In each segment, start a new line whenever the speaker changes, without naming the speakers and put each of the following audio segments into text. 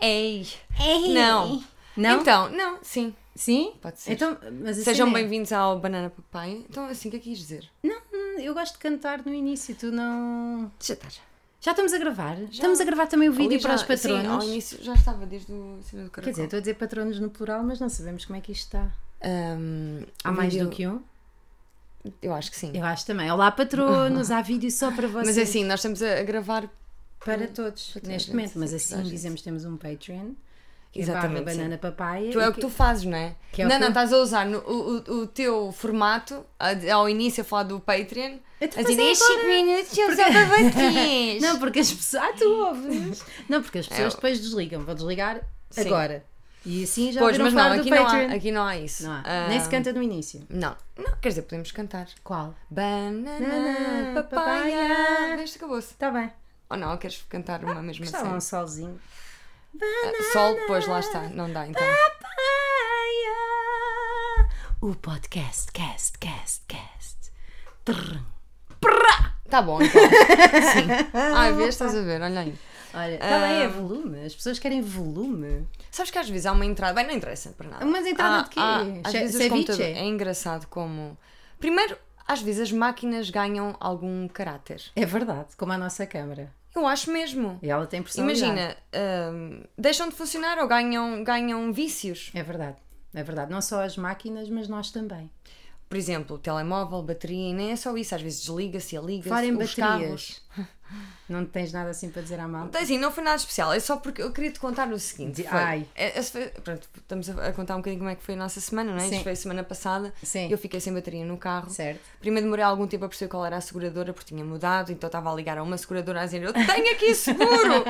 Ei. Não.
Não?
Então, não, sim.
Sim?
Pode ser.
Então, mas assim
Sejam
é.
bem-vindos ao Banana Papai. Então, assim, o que é que quis dizer?
Hum, Eu gosto de cantar no início, tu não.
Já estás.
Já estamos a gravar? Estamos a gravar também o vídeo
Ali
para os
já-
patronos.
Sim, ao início já estava desde o cima do caracol.
Quer dizer, estou a dizer patronos no plural, mas não sabemos como é que isto está.
Ahm,
Há
o
mais
vídeo-
do que um?
hum, Eu acho que sim.
Eu acho também. Olá, patronos, há vídeo só para vocês.
Mas é assim, nós estamos a gravar
Para todos,
toda a
neste
gente,
momento. Mas
sim,
assim
toda a gente.
dizemos que temos um Patreon. Que É
Exatamente,
barra
sim.
banana papaya.
Tu é o que tu fazes, não é?
Que é o
não,
que
não,
eu-
estás a usar no- o, o- o teu formato a- ao início a falar do Patreon.
Então,
As
mas é
ideias
agora.
5 minutos eu só para vocês.
Não, porque as pessoas. Ah, tu ouves! Não, porque as pessoas
Eu-
depois desligam. Vou desligar
É Sim.
agora. E assim já
pois,
pois,
mas
falar
não,
do
aqui não,
Patreon.
há, aqui não há isso.
Não há.
Ah,
Nem se canta no início.
Não, não, quer dizer, podemos cantar.
Qual?
Banana,
Banana,
papaya.
papaya.
Veste acabou-se.
Está Tá bem.
Ou não, queres cantar uma mesma
Gostava um
cena?
solzinho.
Ah, Sol, pois lá está, não dá então.
Papaya. O podcast, cast, cast, cast. Trrr.
Tá bom, então. Sim. Ai, vês, estás a ver, olha aí.
Olha, está bem, é
Ah.
volume. As pessoas querem volume.
Sabes que às vezes há uma entrada. Bem, não interessa para nada.
Mas entrada
Há-
de quê?
há- às
Ce-
vezes os
ceviche?
computadores- É engraçado como. Primeiro, às vezes as máquinas ganham algum caráter.
É verdade, como a nossa câmara.
Eu acho mesmo.
E ela tem personalidade.
Imagina, hum, deixam de funcionar ou ganham, ganham vícios.
É verdade. É verdade. Não só as máquinas, mas nós também.
Por exemplo, o telemóvel, bateria, e nem é só isso. Às vezes desliga-se, liga-se.
Falar em
os
baterias.
carros.
Não tens nada assim para dizer à malta?
Então, assim, não foi nada especial, é só porque eu queria te contar o seguinte.
De-
foi-
ai.
é- esse foi- pronto, estamos a a contar um bocadinho como é que foi a nossa semana, não é?
Sim.
Isto foi a semana passada.
Sim.
Eu fiquei sem bateria no carro.
Certo.
Primeiro demorei algum tempo a perceber qual era a seguradora, porque tinha mudado, então estava a ligar a uma seguradora a dizer: Eu tenho aqui seguro!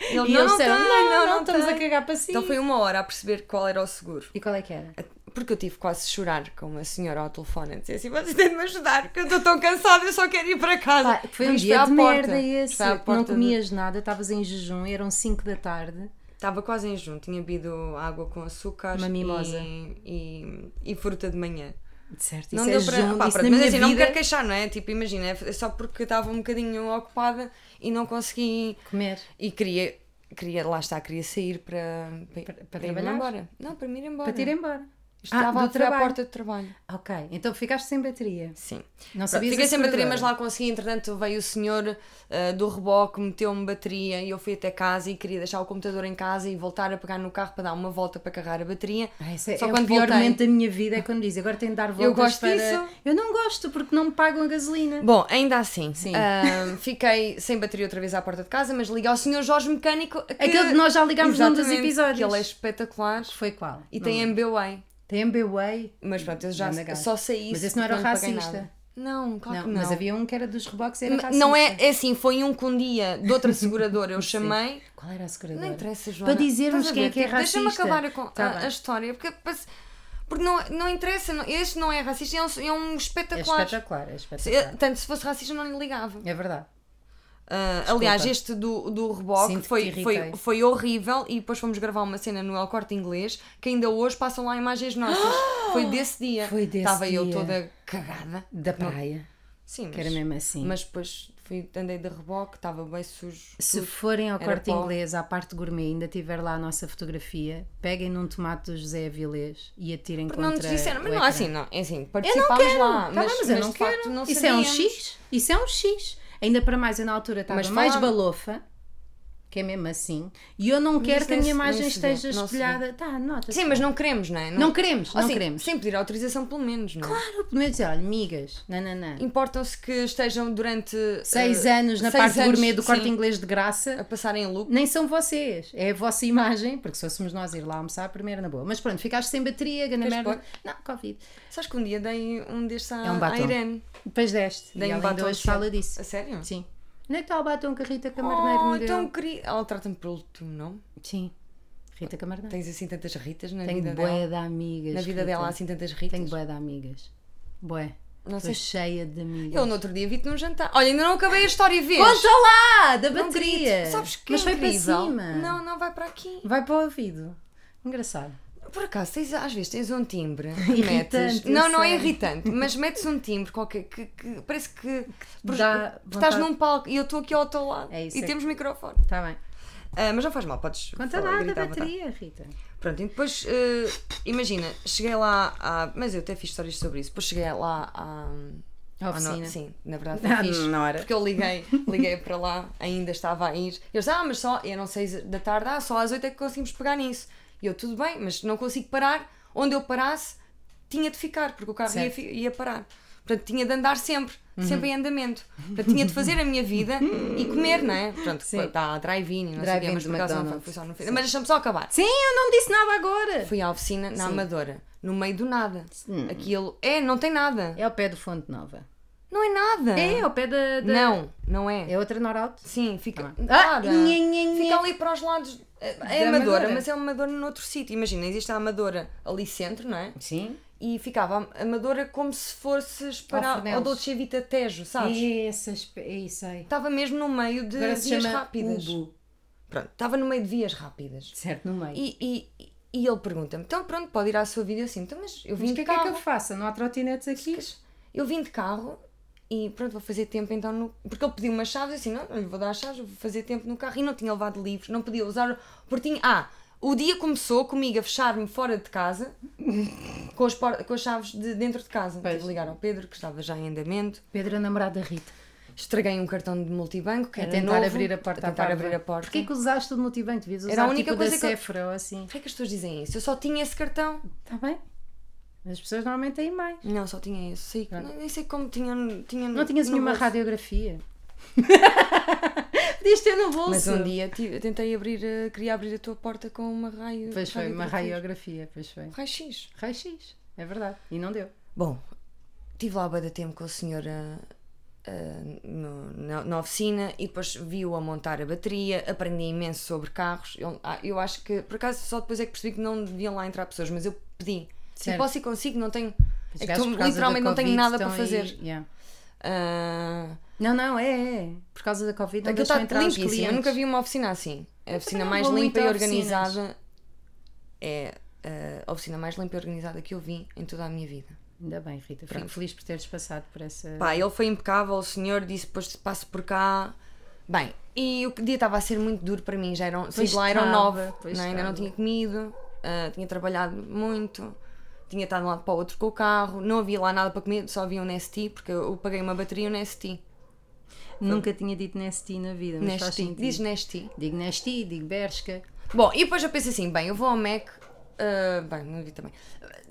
E ele,
E eles disseram,
tenho,
não, não, estamos
tenho."
a cagar para si.
Então foi uma hora a perceber qual era o seguro.
E qual é que era?
Porque eu tive quase a chorar com uma senhora ao telefone a dizer assim: vocês têm de me ajudar, que eu estou tão cansada, eu só quero ir para casa.
Pá, foi um
Isto
dia
à
de
porta.
merda esse.
Isto à
Não
porta do-
comias nada, estavas em jejum, eram 5 da tarde.
Estava quase em junho, tinha bebido água com açúcar
Uma mimosa.
E, e, e fruta de manhã.
Certo,
Não
isso é
deu
jejum,
para. Pá,
isso
pronto,
na
mas
minha
assim, não me
vida-
quero queixar, não é? Tipo, imagina, é só porque eu estava um bocadinho ocupada e não consegui.
Comer.
E queria, queria lá está, queria sair para,
Para- para
ir-me
trabalhar?
embora. Não, para me ir embora.
Para te ir embora.
Estava
do
a tirar a
trabalho.
porta Ah, do trabalho.
Ok, então ficaste sem bateria.
Sim.
Não
Pronto,
sabias
Fiquei
a
sem bateria,
seguradora.
mas lá consegui. Entretanto, veio o senhor ah, do reboque, meteu-me bateria e eu fui até casa e queria deixar o computador em casa e voltar a pegar no carro para dar uma volta para carregar a bateria.
Ah, isso é,
Só
é
quando
o pior
voltei.
momento da minha vida é quando diz agora tenho de dar voltas
gosto
para...
disso.
Eu não gosto porque não me pagam a gasolina.
Bom, ainda assim,
Sim.
ah, fiquei sem bateria outra vez à porta de casa, mas liguei ao senhor Jorge Mecânico. Que,
Aquele que nós já ligámos num dos
Exatamente,
episódios.
Que ele é espetacular
Foi qual?
e
Não
tem MBWay.
Tem MBWay.
Mas pronto, eu já
Ganda gajo.
só sei isso.
Mas esse não era
porque paguei
racista?
nada. Não, claro
Não,
que não.
mas havia um que era dos reboques e era
Ma-
racista.
Não é, é assim, foi um que um dia de outra seguradora eu chamei.
Qual era a seguradora?
Não interessa, Joana.
Para dizermos
Estás a
quem é
ver?
que é
Tipo,
racista.
Deixa-me acabar com- a,
Tá
a
bem.
história, porque, pas- porque não, não interessa. não- este não é racista, é um, é um
É
espetacular.
espetacular, é
Se-
espetacular.
Tanto se fosse racista, não lhe ligava.
É verdade.
Ah, aliás, este do, do reboque
Sinto que
foi,
te
foi,
irritei.
foi horrível. E depois fomos gravar uma cena no El Corte Inglês que ainda hoje passam lá imagens nossas. foi desse dia.
Foi desse
Estava eu
dia.
toda cagada.
Da praia.
Sim,
Que era
mas,
mesmo assim.
mas depois fui, andei de reboque, estava bem sujo.
Se
tudo.
forem ao
Era
corte
pó.
inglês, à parte gourmet, ainda tiver lá a nossa fotografia, peguem num tomate do José Avilés e atirem
Porque
contra
não nos disseram,
o
mas não,
ecrã.
assim, não, é assim,
Eu não
participámos
quero,
lá,
tá
mas,
bem, mas eu
mas
não
de facto
quero.
não
Isso é um
sabíamos.
X? Isso é um X. Ainda para mais, eu na altura estava
Mas
mais
falaram-
balofa, que é mesmo assim, e eu não quero
isso
que a minha
nem se- nem
imagem
se vê,
esteja
não se vê.
espelhada. Tá, nota
Sim, mas não queremos, não é?
Não queremos, não
Assim,
queremos.
Sem pedir autorização, pelo menos, não é?
Claro, pelo menos, olha, amigas, nananã.
Importam-se que estejam durante
Seis
eh,
anos na
seis
parte
anos,
gourmet do corte
sim,
inglês de graça.
a passarem em loop.
nem são vocês, é a vossa imagem, porque se fôssemos nós ir lá almoçar, primeiro na boa. Mas pronto, ficaste sem bateria, gana
Queres
merda. Não, Covid.
Sabes que um dia dei um destes à,
É um
à
batom.
Irene.
Depois deste.
Dei
e ela
um
ainda
batom
hoje
de céu.
fala disso.
A sério?
Sim. Onde é que está o batom que a Rita Camarneiro
Oh,
me deu?
então querida. Ela trata-me pelo último nome.
Sim. Rita Camarneiro.
Tens assim tantas ritas na
Tenho,
vida
boé
dela.
de amigas.
Na vida
Rita.
dela há assim tantas ritas.
Tenho boé de amigas. Boé.
Não
Estou
sei.
cheia de amigas.
Eu no outro dia vi-te num jantar. Olha, ainda não acabei a história, vês?
Conta lá! Da
Não
bateria!
grito. Sabes que
Mas
é
vai para
incrível.
cima.
Não, não vai para aqui.
Vai para o ouvido. Engraçado.
Por acaso, tens- às vezes tens um timbre que
Irritante,
metes.
eu
Não, não é
sei.
irritante, mas metes um timbre qualquer que, que parece que.
dá
estás
vontade.
num palco e eu estou aqui ao teu lado
É isso,
e
é
temos microfone.
Está bem.
Ah, mas não faz mal, podes.
Conta nada
falar, gritar
da
à vontade.
bateria, Rita.
Pronto, e depois, eh, imagina, cheguei lá à. Mas eu até fiz histórias sobre isso. Depois cheguei lá à.
A
à no-
oficina.
Sim, na verdade
Ah,
não fiz.
na hora.
Porque eu liguei, liguei para lá, ainda estava a ir. Eles, ah, mas só, eram seis da tarde, ah, só às oito é que conseguimos pegar nisso. E eu, tudo bem, mas não consigo parar. Onde eu parasse, tinha de ficar, porque o carro ia,
Certo. Uhum.
fi- ia parar. Portanto, tinha de andar sempre, sempre em andamento. Portanto, tinha de fazer a minha vida e comer, não é? Portanto,
Sim.
dá drive-in, e não sei o quê,
Drive-in
mas
de
por acaso não foi,
McDonald's.
foi só no fim. Mas deixa-me só acabar.
Sim, eu não disse nada agora.
Fui à oficina na Amadora, no meio do nada.
Sim.
Aquilo é, não tem nada.
É ao pé do Fonte Nova.
Não é nada.
É, ao pé da. da-
Não, não é.
É outra Norauto?
Sim, fica.
Ah,
Cara,
nhe, nhe, nhe.
Tá fica ali para os lados. É é
Da
Amadora,
Amadora.
mas é Amadora noutro sítio. Imagina, existe a Amadora ali centro, não é?
Sim.
E ficava a Amadora como se fosses para
Fornelos.
o Dolce Vita Tejo, sabes?
Essas. é Isso aí.
Estava mesmo no meio de
Agora se
vias
chama
rápidas.
Ubu.
Pronto, estava no meio de vias rápidas.
Certo, no meio.
E, e, e ele pergunta-me: então pronto, pode ir à sua vida assim? Então, mas eu vim
Mas o
de
que é que
carro.
é que eu faço? Não há trotinetes aqui?
Mas Eu vim de carro e pronto, vou fazer tempo então no. Porque ele pediu umas chaves, eu assim, não, não lhe vou dar as chaves, vou fazer tempo no carro e não tinha levado livros, não podia usar o portinho. Ah, o dia começou comigo a fechar-me fora de casa com, as por- com as chaves de dentro de casa.
Pois.
Tive de ligar ao Pedro, que estava já em andamento.
Pedro, a namorada da Rita.
Estraguei um cartão de multibanco, que
A
era
tentar
novo,
abrir a porta
a
à
tentar
Bárbara.
abrir a porta.
Porquê
Porquê
que usaste o de multibanco? Devias usar
Era a única
tipo
coisa
da
que eu-
Sephora ou assim.
que as pessoas dizem isso? Eu só tinha esse cartão.
Está bem? As pessoas normalmente têm mais.
Não, só tinha esse. Sei,
Ah.
nem sei como tinha. tinha
Não tinhas
no
nenhuma
bolso. Hum,
radiografia. Podias ter no bolso.
Mas um dia tive- eu tentei abrir, eh, queria abrir a tua porta com uma raio.
Pois foi, uma
radiografia.
radiografia, pois foi.
Raio X.
Raio X, é verdade. E não deu.
Bom, tive lá bué de tempo com a senhora eh, no- na, na oficina e depois viu a montar a bateria, aprendi imenso sobre carros. Eu, ah, eu acho que, por acaso, só depois é que percebi que não deviam lá entrar pessoas, mas eu pedi. Se
Certo.
posso e consigo, não tenho.
Os
É que
gajos,
tu-
por causa da
literalmente não tenho
Covid,
nada para
estão aí-
fazer.
Yeah.
Ah,
Não, não, é, é. Por causa da Covid, não
aquilo
deixam
está
entrar os
limpíssimo.
clientes.
Eu nunca vi uma oficina assim. A oficina
não
mais
vou
limpa
muito
e
a oficinas.
organizada é eh, a oficina mais limpa e organizada que eu vi em toda a minha vida.
Ainda bem, Rita. Fico feliz por teres passado por essa.
Pá, ele foi impecável, o senhor disse depois passo por cá. Bem, e o dia estava a ser muito duro para mim, já eram, saí de lá eram
estava,
nove,
pois
né? ainda não
estava.
tinha comido, ah, tinha trabalhado muito, tinha estado de um lado para o outro com o carro, não havia lá nada para comer, só havia um Nesti, porque eu paguei uma bateria e um Nesti.
Nunca tinha dito Nesti na vida, mas faz
Nesti,
sentido.
diz Nesti.
Digo Nesti, digo Bershka.
Bom, e depois eu penso assim, bem, eu vou ao Mac, ah, bem, não vi também.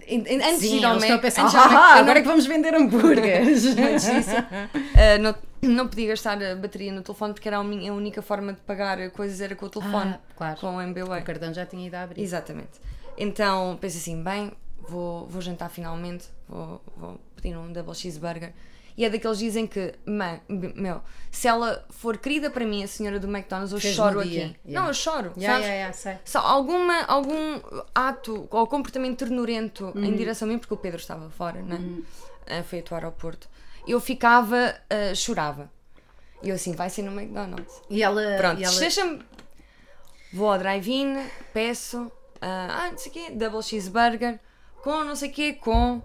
An- an- Antes de ir ao
eles
Mac,
estão a pensar,
antes de ir ao Mac,
"Ah,
eu não-
agora é que vamos vender hambúrgueres.
antes disso, ah, não, não podia gastar a bateria no telefone porque era a minha- a única forma de pagar coisas era com o telefone,
Ah, claro.
com o MBWay.
o cartão já tinha ido a abrir.
Exatamente. Então pensei assim, bem, vou, vou jantar finalmente, vou, vou pedir um double cheeseburger. E é daqueles dizem que, "Mãe, m- meu, se ela for querida para mim, a senhora do McDonald's, eu
Fez no
choro aqui.
dia, yeah.
Não, eu choro,
Yeah,
sabes?
yeah, yeah, sei.
Só alguma, algum ato ou comportamento ternurento
Uhum.
em direção a mim, porque o Pedro estava fora, né? Ah, foi atuar ao Porto. Eu ficava, ah, chorava. E eu assim, vai ser no McDonald's.
E ela.
Pronto,
Eh, e ela-
deixa-me. Vou ao drive-in, peço. ah, ah, não sei o quê, double cheeseburger, com não sei o quê, com.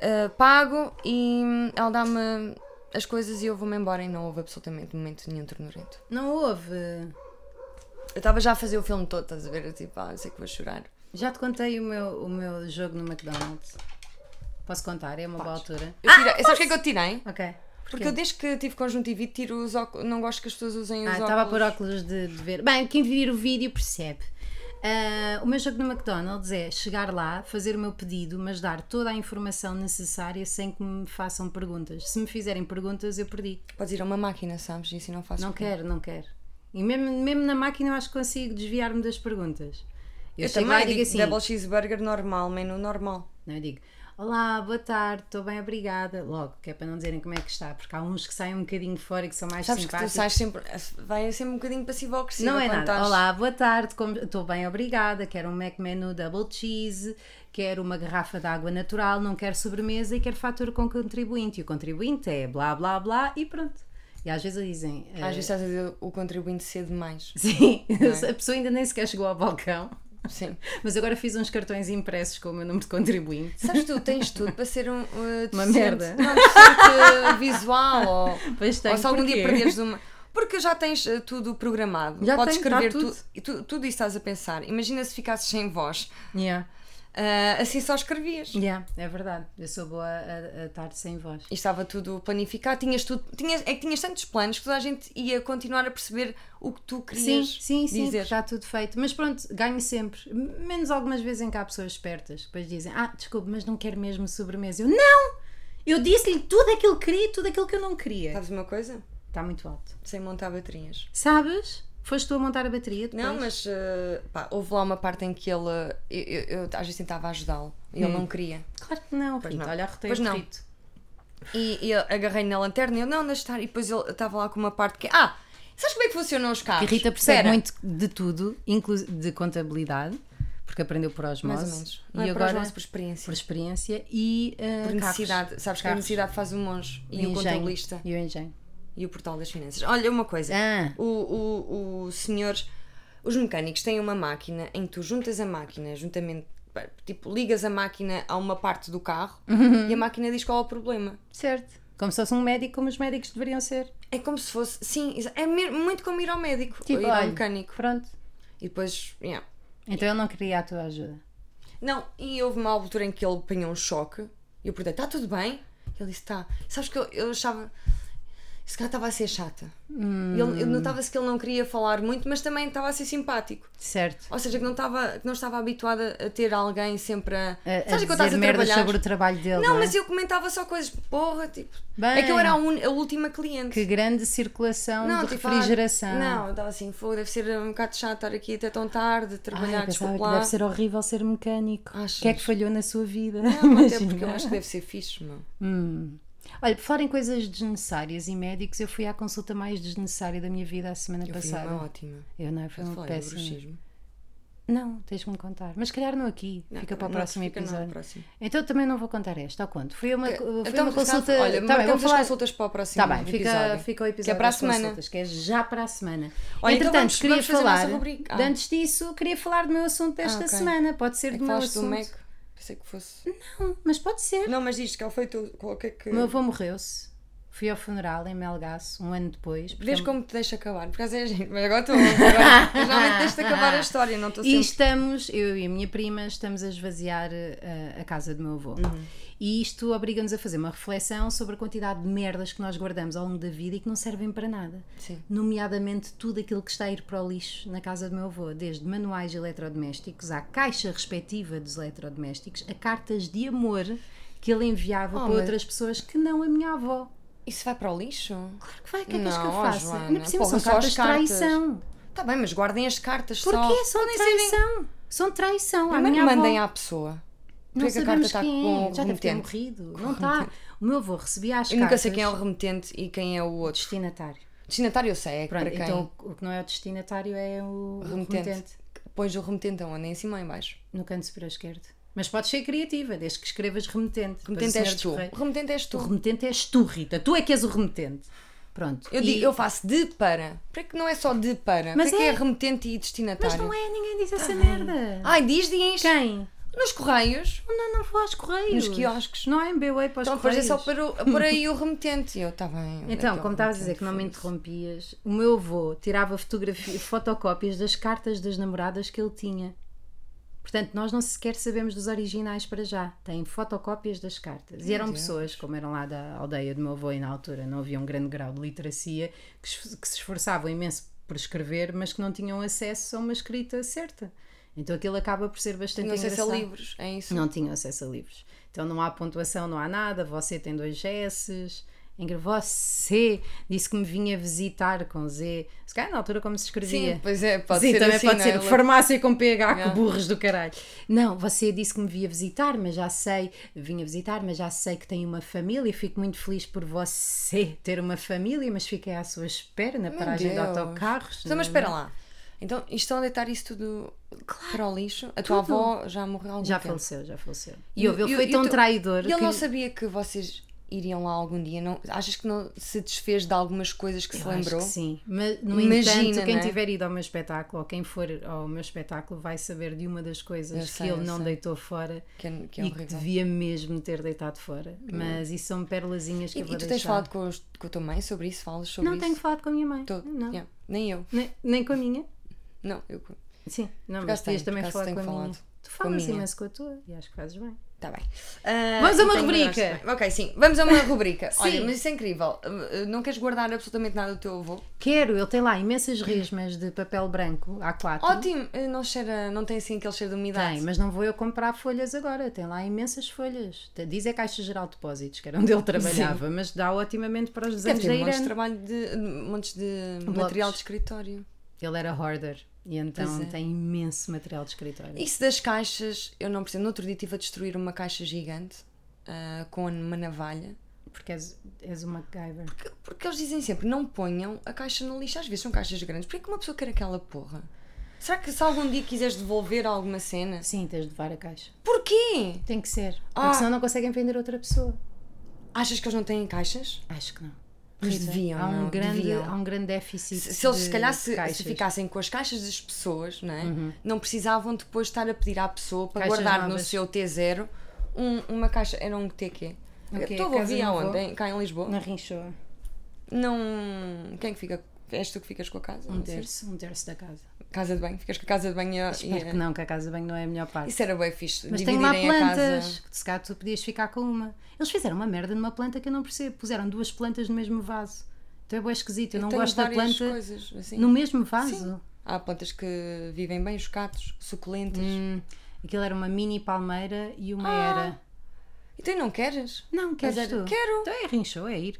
ah, pago e hum, ela dá-me as coisas e eu vou-me embora e não houve absolutamente momento nenhum ternurento.
Não houve.
Eu estava já a fazer o filme todo, estás a ver? Eu, Tipo, ah, eu sei que vou chorar.
Já te contei o meu, o meu jogo no McDonald's. Posso contar? É uma boa altura.
Eu tirei, sabes o que é que eu tirei?
Ok.
Porque eu desde que tive conjuntivite tiro os óculos, não gosto que as pessoas usem os
Ah,
óculos.
estava a pôr óculos de, de ver. Bem, quem vir o vídeo percebe. Ah, o meu jogo no McDonald's é chegar lá, fazer o meu pedido, mas dar toda a informação necessária sem que me façam perguntas. Se me fizerem perguntas, eu perdi.
Podes ir a uma máquina, sabes? Isso eu não faço.
Não quero, não quero. E mesmo, mesmo na máquina eu acho que consigo desviar-me das perguntas. Eu,
Eu
chego lá e
também
digo
digo
assim.
double cheeseburger normal, menu normal.
Não, eu digo, olá, boa tarde, estou bem, obrigada. Logo, que é para não dizerem como é que está, porque há uns que saem um bocadinho fora e que são mais
Sabes que tu
simpáticos.
sais sempre, vai sempre um bocadinho passivo-agressiva
não é
quando
nada.
estás-
Olá, boa tarde, como- estou bem, obrigada. Quero um Mac Menu Double Cheese, quero uma garrafa de água natural, não quero sobremesa e quero fatura com contribuinte. E o contribuinte é blá blá blá e pronto. E às vezes dizem. eh,
Às vezes é estás a dizer o contribuinte cedo demais.
Sim, a pessoa ainda nem sequer chegou ao balcão.
Sim.
Mas agora fiz uns cartões impressos com o meu número de contribuinte.
Sabes tu, tens tudo para ser um, uh,
Uma
deficiente-
merda.
Não, deficiente uh, visual ou,
Pois tenho,
ou se algum dia
porquê?
perderes uma. Porque já tens eh, tudo programado.
Já
Podes
tenho, tá
escrever
tudo.
tudo. e tu- tudo isso estás a pensar. Imagina se ficasses sem voz.
Yeah.
Ah, assim só escrevias.
Yeah, é verdade. Eu sou boa a, a estar sem voz.
E estava tudo planificado, tinhas tudo, tinhas, é que tinhas tantos planos que toda a gente ia continuar a perceber o que tu
Sim,
querias
sim, sim, porque
dizer.
está tudo feito. Mas pronto, ganho sempre. Menos algumas vezes em que há pessoas espertas que depois dizem: Ah, desculpe, mas não quero mesmo sobremesa. Eu não! Eu disse-lhe tudo aquilo que queria e tudo aquilo que eu não queria.
Sabes uma coisa?
Está muito alto.
Sem montar baterias.
Sabes? Foste tu a montar a bateria depois?
Não, mas eh, pá, houve lá uma parte em que ele. Eu, eu- eu às vezes tentava ajudá-lo e
Hum.
ele não queria.
Claro que não, Rita.
não.
Olha, arrotei
Pois
o
não.
Rito.
E, e eu agarrei na lanterna e eu, não, deixa estar. E depois ele estava lá com uma parte que. Ah! Sabes como é que funcionam os carros?
A Rita percebe
Espera.
muito de tudo, inclusive de contabilidade, porque aprendeu por osmose.
Mais ou menos. Não
e
é por
agora
osmose, por experiência.
Por experiência e uh,
Por necessidade.
carros.
Sabes que a
Carros.
necessidade faz o monge e, o
engenho.
contabilista
E o engenho.
e o portal das finanças. Olha uma coisa.
Ah.
O, o, o senhor. Os mecânicos têm uma máquina em que tu juntas a máquina, juntamente. pá, Tipo, ligas a máquina a uma parte do carro
Uhum.
e a máquina diz qual é o problema.
Certo. Como se fosse um médico, como os médicos deveriam ser.
É como se fosse. Sim, exa- é me- muito como ir ao médico, ou ir ao
Tipo, olha,
mecânico.
Pronto.
E depois. yeah.
um Então eu não queria a tua ajuda.
Não, e houve uma altura em que ele apanhou um choque e eu perguntei: está tudo bem? Ele disse: está. Sabes que eu, eu achava. Esse cara estava a ser chata.
Hum.
Ele, eu notava-se que ele não queria falar muito, mas também estava a ser simpático.
Certo.
Ou seja, que não estava, que não estava habituada a ter alguém sempre a.
A, a
Sabes que eu estás
dizer
a
merdas
trabalhar?
sobre o trabalho dele.
Não,
é?
mas eu comentava só coisas. Porra, tipo.
Bem.
É que eu era a, un- a última cliente.
Que grande circulação de
tipo, ah,
refrigeração.
não, eu estava assim, fogo, deve ser um bocado chato estar aqui até tão tarde,
Ai,
trabalhar,
eu pensava
desculpa
que
lá.
deve ser horrível ser mecânico.
Achas?
O que é que falhou na sua vida?
Não, até porque eu
Imagina.
acho que deve ser fixe, meu.
Olha, por falar em coisas desnecessárias e médicos, eu fui à consulta mais desnecessária da minha vida a semana
Eu fui
passada.
uma ótima.
Eu não, é? foi
Posso
uma
falar do
péssima.
bruxismo?
Não, tens que me contar. Mas se calhar não aqui.
Não,
fica para o
não,
próximo
fica não,
episódio.
próximo.
Então também não vou contar esta, ao conto. Foi uma, foi
Então,
uma
se calhar,
consulta.
Olha,
tá bem, vou
marcamos as
falar.
consultas para o próximo
Está bem, fica,
episódio.
fica o episódio
Que é para a
das
semana.
consultas, que é já para a semana.
Olha, então
Entretanto,
vamos-
queria
vamos fazer a
falar.
nossa rubrica. Ah.
de Antes disso, queria falar do meu assunto desta
ok.
semana. Pode ser
É
do
que
meu
falaste do
assunto.
Mac? Pensei que fosse.
Não, mas pode ser.
Não, mas diz que ele foi tu. Qual que é que.
O meu avô morreu-se. Fui ao funeral em Melgaço, um ano depois. porque
Vês como te deixa acabar? Por acaso é gente. Mas agora estou. Agora, eu geralmente deixo-te acabar a história, não estou
E
sempre.
estamos, eu e a minha prima, estamos a esvaziar uh, a casa do meu avô.
Uhum.
E isto obriga-nos a fazer uma reflexão sobre a quantidade de merdas que nós guardamos ao longo da vida e que não servem para nada.
Sim.
Nomeadamente tudo aquilo que está a ir para o lixo na casa do meu avô, desde manuais eletrodomésticos à caixa respectiva dos eletrodomésticos, a cartas de amor que ele enviava
Oh,
para
mas-
outras pessoas que não a minha avó.
Isso vai para o lixo?
Claro que vai, o que é que és que eu
Não,
faço?
Joana,
Ainda por cima,
porra,
são
só
cartas
as
de
cartas.
traição.
Está Tá bem, mas guardem as cartas só.
Porquê? São
Podem serem-
traição. São traição. à minha
Primeiro
avó.
mandem à pessoa.
Não
Porquê que a carta
sabemos
está
quem
com
é.
o
Já deve ter
remetente?
morrido. Não está. O meu avô recebia as cartas.
Eu nunca sei quem é o remetente e quem é o outro.
destinatário.
Destinatário eu sei, é
Pronto,
para quem.
então o que não é o destinatário é o remetente.
remetente. Pões o remetente onde? Em cima ou em baixo?
No canto superior esquerdo. Mas podes ser criativa, desde que escrevas remetente.
O remetente
Depois o
és tu.
assim, senhor
O remetente és
O
tu.
remetente és tu, Rita. Tu é que és o remetente. Pronto.
Eu,
E-
digo, eu faço de para. Para que não é só de para?
Mas
para que
é.
é remetente e
Mas
destinatário?
não é, ninguém
Tá
diz essa merda.
Ai, diz, diz.
Quem?
Nos correios.
Não, não vou aos correios.
Nos quiosques.
Não é em BWay para os
Então, depois é
correios.
só para o- por aí o remetente. E eu, está bem. onde é
Então,
que é o
como estavas a dizer
remetente?
que não me
Foda-se.
interrompias, o meu avô tirava fotografia, fotocópias das cartas das namoradas que ele tinha. Portanto, nós não sequer sabemos dos originais para já. Tem fotocópias das cartas. E eram pessoas, como eram lá da aldeia do meu avô e na altura não havia um grande grau de literacia, que, es- que se esforçavam imenso por escrever, mas que não tinham acesso a uma escrita certa. Então aquilo acaba por ser bastante
Não sei se é
engraçado.
livros, é isso?
Não tinham acesso a livros. Então não há pontuação, não há nada. Você tem dois S's. Em que Você disse que me vinha visitar com Z. Se calhar na altura como se escrevia.
Sim, pois é, pode
Sim,
ser
também
assim,
pode
não
ser.
é?
Farmácia com PH,
Yeah.
que burros do caralho. Não, você disse que me via visitar, mas já sei. Vinha visitar, mas já sei que tem uma família. Fico muito feliz por você ter uma família, mas fiquei à sua espera na
Meu
paragem
Deus.
de autocarros.
Então, mas
Não,
espera
não.
lá. Então, isto estão a deitar isso tudo para o lixo? A tua avó já morreu há algum
Já
tempo?
faleceu, já faleceu. E houve, ele
o-
foi
o
tão
teu-
traidor.
E ele
que-
não sabia que vocês iriam lá algum dia? Não, achas que não se desfez de algumas coisas que se
Eu acho
lembrou?
que sim. Mas, no
Imagina,
entanto, quem
não é?
tiver ido ao meu espetáculo ou quem for ao meu espetáculo vai saber de uma das coisas
Eu
que
sei, eu
ele não
sei.
deitou fora
Que é, que é
e que
horrível. É.
devia mesmo ter deitado fora. Mas isso são perlazinhas que
E,
eu
e
vou
tu tens
deixar.
falado com, os- com a tua mãe sobre isso? Falas sobre
não
isso?
tenho falado com a minha mãe.
Tô-
Não.
yeah, Nem eu.
Nem, nem com a minha.
Não, eu.
Sim, não,
Por
mas
acaso
podias
tenho,
também
por acaso
falar
tenho
com a minha.
falado
Tu falas
minha.
imenso com a tua e acho que fazes bem.
Tá bem. Ah,
Vamos a uma
e tenho
rubrica.
melhores também. Ok, sim. Vamos a uma rubrica. Olha,
Sim.
mas isso é incrível. Uh, uh, Não queres guardar absolutamente nada do teu avô?
Quero, ele tem lá imensas resmas de papel branco A4.
Ótimo. Uh, Não cheira, não tem assim aquele cheiro de umidade.
Tem, mas não vou eu comprar folhas agora. Tem lá imensas folhas. Te- Diz a Caixa Geral de Depósitos, que era onde ele trabalhava, mas dá otimamente para os
Deve
desenhos da
ter montes um de
Irene.
trabalho de montes de
Blocos.
material de escritório.
Ele era hoarder e então
Pois é.
tem imenso material de escritório.
Isso das caixas, eu não percebo. No outro dia estive a destruir uma caixa gigante ah, com uma navalha.
Porque és, és uma MacGyver.
Porque, porque eles dizem sempre, não ponham a caixa no lixo. Às vezes são caixas grandes. Porquê que uma pessoa quer aquela porra? Será que se algum dia quiseres devolver alguma cena?
Sim, tens de levar a caixa.
Porquê?
Tem que ser.
Ah.
Porque senão não conseguem vender outra pessoa.
Achas que eles não têm caixas?
Acho que não.
Mas
Rita,
deviam,
há um
não,
grande
deviam.
Há um grande déficit.
Se, se eles,
de
se calhar, se, se
caixas. Uhum.
ficassem com as caixas das pessoas, não, é? não precisavam depois estar a pedir à pessoa para
Caixas
guardar no
novas.
seu T0 um- uma caixa. Era um TQ.
Ok,
Eu Estou a
casa
ouvir
do avô?
aonde? Em- Cá em Lisboa?
Na Rinchoa.
Não. Quem é que fica? És tu que ficas com a casa?
Um
Não sei.
terço, um terço da casa.
Casa de banho? Ficas com a casa de banho e a- e
Espero
a-
que não, que a casa bem não é a melhor parte.
Isso era bem fixe.
Mas tem lá
dividirem a
plantas,
Casa.
que se calhar tu podias ficar com uma. Eles fizeram uma merda numa planta que eu não percebo. Puseram duas plantas no mesmo vaso. Então é bem esquisito. Eu, não
Tenho
gosto da
várias
planta
Coisas, assim.
no mesmo vaso.
Há plantas que vivem bem, os catos, suculentas.
Hum, aquilo era uma mini palmeira e uma era.
E tu Ah, não queres?
Não, queres
era-
tu?
quero.
Então é rinchou, é ir.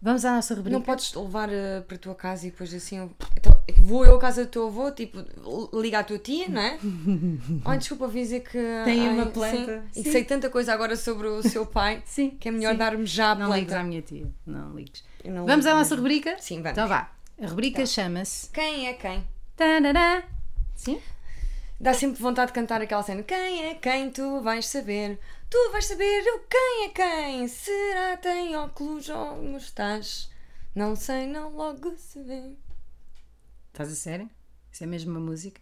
Vamos à nossa rubrica.
Não podes levar eh, para a tua casa e depois assim. eu- Então, vou eu à casa do teu avô, tipo, liga à tua tia, não é? Olha, desculpa, vim dizer que.
Tem
ai,
uma
sim,
planta.
E que
Sim.
sei tanta coisa agora sobre o seu pai
Sim,
que é melhor
sim.
dar-me já a
Não ligues
planta.
à minha tia. Não ligues.
Eu não
Vamos à
ligo
nossa rubrica?
Sim, vamos. Tá.
Então vá. A rubrica chama-se.
Quem é quem?
Tarará. Sim?
Dá sempre vontade de cantar aquela cena. Quem é quem? Tu vais saber. Tu vais saber o quem é quem. Será tem óculos ou mostás? Não sei, não logo se vê.
Estás a sério? Isso é mesmo uma música?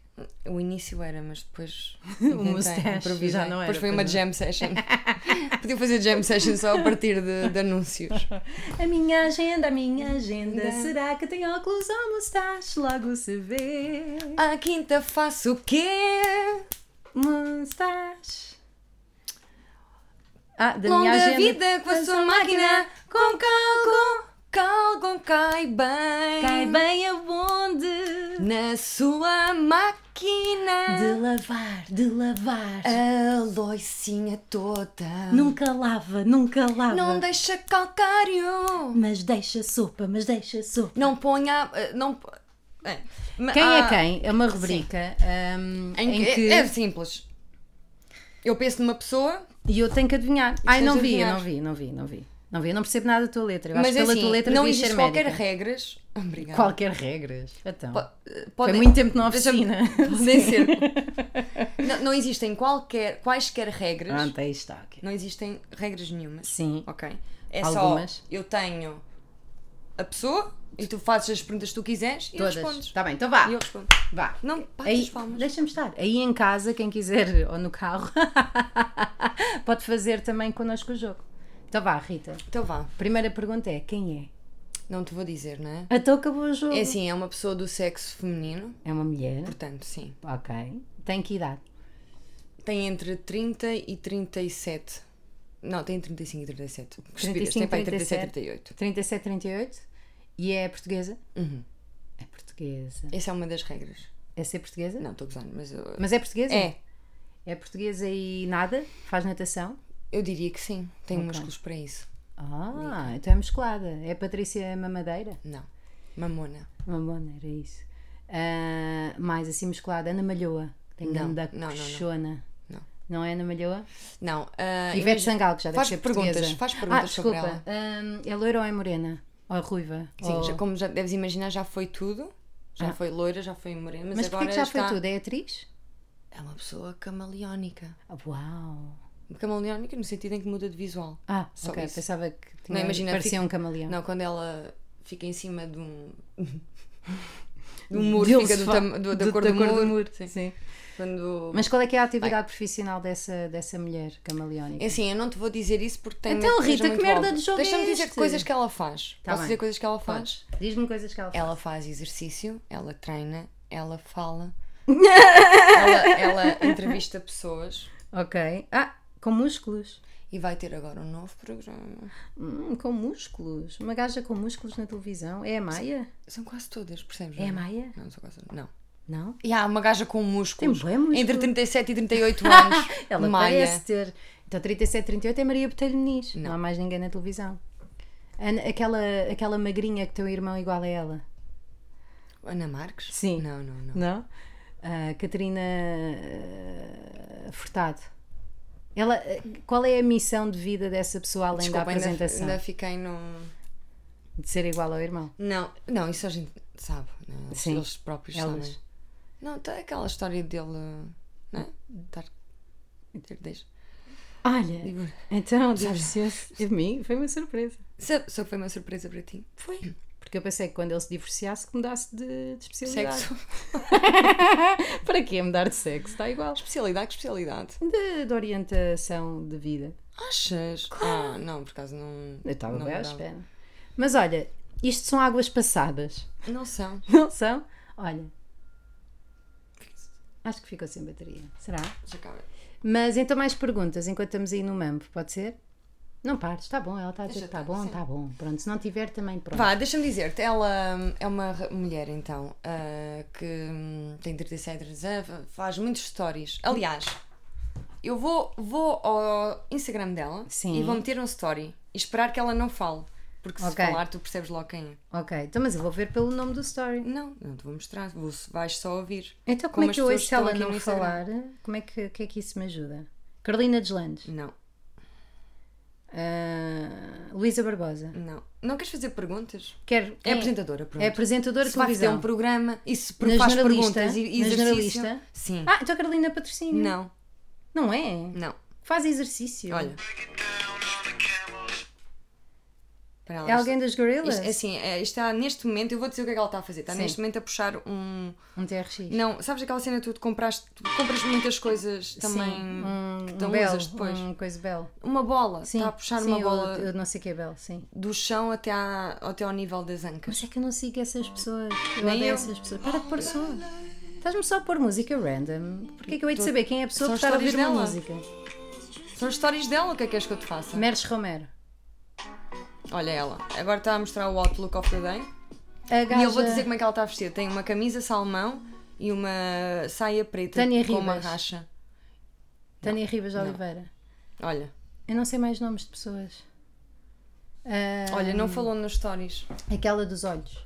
O início era, mas depois.
O
inventei,
mustache
improvisei.
já não era,
Depois foi
pois
uma
não.
jam session. Podia fazer jam session só a partir de, de anúncios.
A minha agenda, a minha agenda. Será que tem óculos ou mustache? Logo se vê.
À quinta faço o quê?
Mustache. Ah, da minha
Longa
agenda.
vida com a sua máquina, com calgo, calgo cai bem.
Cai bem aonde?
Na sua máquina.
De lavar, de lavar.
A loicinha toda.
Nunca lava, nunca lava.
Não deixa calcário.
Mas deixa sopa, mas deixa sopa.
Não ponha. eh, Não. po- É. Ma-
Quem
há-
é quem? É uma rubrica hum,
Em que- É, é simples. Eu penso numa pessoa,
E eu tenho que é adivinhar. é Ai,
tens
não
de
vi, eu
adivinhar.
não vi, não vi, não vi. Não vi, eu não percebo nada da tua letra. Eu acho
mas
que pela
assim,
tua letra
não
devias ser
existe qualquer
médica.
regras. Obrigada.
Qualquer regras. Então.
Po- eh,
Foi
podem-
muito tempo na
deixa-me-
oficina.
Podem ser. não, não existem qualquer, quaisquer regras.
Pronto, aí está. ok.
Não existem regras nenhumas.
Ah, Sim.
Ok. É
Algumas.
só eu tenho a pessoa e tu fazes as perguntas que tu quiseres e eu
Todas.
respondes.
Está bem, então vá.
E eu respondo.
Vá.
Não, bate
Aí,
as palmas.
deixa-me estar. Aí em casa, quem quiser, ou no carro, pode fazer também connosco o jogo. Então vá, Rita.
Então vá,
Primeira pergunta é: quem
não te vou dizer, não é?
é? Então acabou o jogo.
É assim, é uma pessoa do sexo feminino,
É uma mulher.
portanto, sim.
Ok. Tem que idade?
Tem entre 30 e 37. Não, tem 35 e 37. Respiras,
35,
tem para aí 37 e
37.
38.
37, 38. E é portuguesa?
Uhum.
É portuguesa.
Essa é uma das regras.
Essa é portuguesa?
Não, estou gozando, mas eu...
Mas é portuguesa?
É,
É portuguesa e nada? Faz natação?
eu diria que sim. Tenho
Ok.
músculos para isso.
Ah, então é musculada. É Patrícia Mamadeira?
Não. Mamona.
Mamona, era isso. Ah, mais assim musculada, Ana Malhoa. Tem
Não,
nome da
não, não, não.
cochona.
Não.
Não é Ana Malhoa?
Não. ah,
Ivete
imagina-
Sangal, que já deve
faz
ser
perguntas,
portuguesa.
faz
ah,
perguntas sobre
desculpa. Ah, é loira ou é morena? Ou é ruiva?
Sim,
Ou-
já, como já deves imaginar, já foi tudo. Já foi loira, já foi morena, Ah. mas,
Mas porquê
agora
que já
está...
foi tudo? É atriz?
É uma pessoa camaleónica.
Ah, Uau!
camaleónica no sentido em que muda de visual.
Ah,
Só
ok.
isso.
Pensava que tinha,
Não, imagina,
parecia
fica-
um camaleão.
Não, quando ela fica em cima de um. de um muro,
De um
fica do
sofá.
tam- do- da
Do-
cor
da
do
cor do
muro.
muro,
Sim.
sim.
Quando.
Mas qual é que é a atividade profissional dessa, dessa mulher camaleónica?
É assim, eu não te vou dizer isso porque tenho.
Então,
medo
Rita,
seja
que
muito
merda
óbvio.
de jogo é
Deixa-me dizer
este?
coisas que ela faz.
Tá
Posso
bem.
dizer coisas que ela faz?
Podes. Diz-me coisas que ela faz.
Ela faz exercício, ela treina, ela fala. ela, ela entrevista pessoas
Ok. Ah, com músculos.
e vai ter agora um novo programa.
Hum, com músculos. Uma gaja com músculos na televisão. É a Maia?
São quase todas, percebes?
É a
não?
Maia?
Não, são quase todas. Não.
Não?
E há uma gaja com músculos.
Tem bué músculo.
Entre 37 e 38 anos.
Ela
Maia.
parece ter. Então, 37, 38 é Maria Botelho Muniz. Não.
Não.
há mais ninguém na televisão. Ana- Aquela, aquela magrinha que tem um irmão igual a ela.
Ana Marques?
Sim.
Não, não, não.
Não? Ah, Catarina ah, Furtado. Ela, ah, qual é a missão de vida dessa pessoa além
Desculpa,
da
ainda,
apresentação?
ainda fiquei num.
De ser igual ao irmão?
Não, não, isso a gente sabe. Né? Eles-
Sim.
Eles próprios
Elas.
sabem. Não, tem aquela história dele. Não é? Estar. Ter 10.
Olha,
Digo-
então divorciou-se de mim? Foi uma surpresa.
Sabe, só que foi uma surpresa para ti.
Foi. Porque eu pensei que quando ele se divorciasse que mudasse de, de especialidade.
Sexo.
Para quê mudar de sexo? Está igual.
Especialidade, que especialidade.
De, de orientação de vida.
Achas? Ah, não, por acaso não.
Eu estava
não
bem à
mudava.
espera. Mas olha, isto são águas passadas.
Não são.
Não são? Olha. Acho que ficou sem bateria. Será?
Já acaba.
Mas então mais perguntas enquanto estamos aí no mambo, pode ser? Não pares, está bom, ela está a dizer
Deixa
que está
estar,
bom,
sim.
está bom. Pronto, se não tiver também pronto.
Vá, deixa-me dizer-te, ela hum, é uma ra- mulher então, ah, que hum, tem 37 anos, ah, fa- faz muitos stories. Aliás, eu vou, vou ao Instagram dela
Sim.
e vou meter um story e esperar que ela não fale. Porque se
Ok.
falar, tu percebes logo quem é.
Ok, então mas eu vou ver pelo nome do story.
Não, não te vou mostrar, vou, vais só ouvir.
Então como,
Como
é que
as
eu
pessoas
ouço se ela
estão aqui
não
no
falar?
Instagram.
Como é que, o que é que isso me ajuda? Carolina Deslandes.
Não,
Ah, Luísa Barbosa.
não. Não queres fazer perguntas?
Quer,
É, apresentadora, pronto.
é apresentadora
se
de
vai ter
televisão.
um programa e se
Na
faz
jornalista?
perguntas e e
Na
exercício.
jornalista?
Sim.
Ah, então a Carolina Patrocínio.
Não,
Não é?
não.
Faz exercício.
Olha. Para
É alguém das Gorillaz?
Isto, é assim, é, isto está neste momento, eu vou dizer o que é que ela está a fazer. Está
Sim.
neste momento a puxar um.
Um TRX.
Não, sabes aquela cena tu compraste, tu compras muitas coisas também
Sim, um,
que tu
um
usas
bell,
depois.
Um coisa belo.
Uma bola,
Sim,
está a puxar
sim,
uma
eu-
bola
Eu, não sei o que é belo, sim.
do chão até, à, até ao nível das ancas.
Mas é que eu não sigo essas pessoas. Eu
Nem
odeio
eu.
essas pessoas. Para de pôr som. Estás-me só a pôr música random. Porquê é que eu hei de saber quem é a pessoa
São
por estar a ouvir
histórias
uma
dela.
música?
São histórias dela, o que é que és que eu te faça?
Meres Romero.
Olha ela, agora está a mostrar o Outlook of the Day.
A gaja...
E eu vou dizer como é que ela está a vestir. Tem uma camisa salmão e uma saia preta
Tânia
com uma
Ribas.
racha.
Tânia Rivas de Oliveira.
Olha,
Eu não sei mais nomes de pessoas. Ah,
olha, não falou nos stories.
Aquela dos olhos.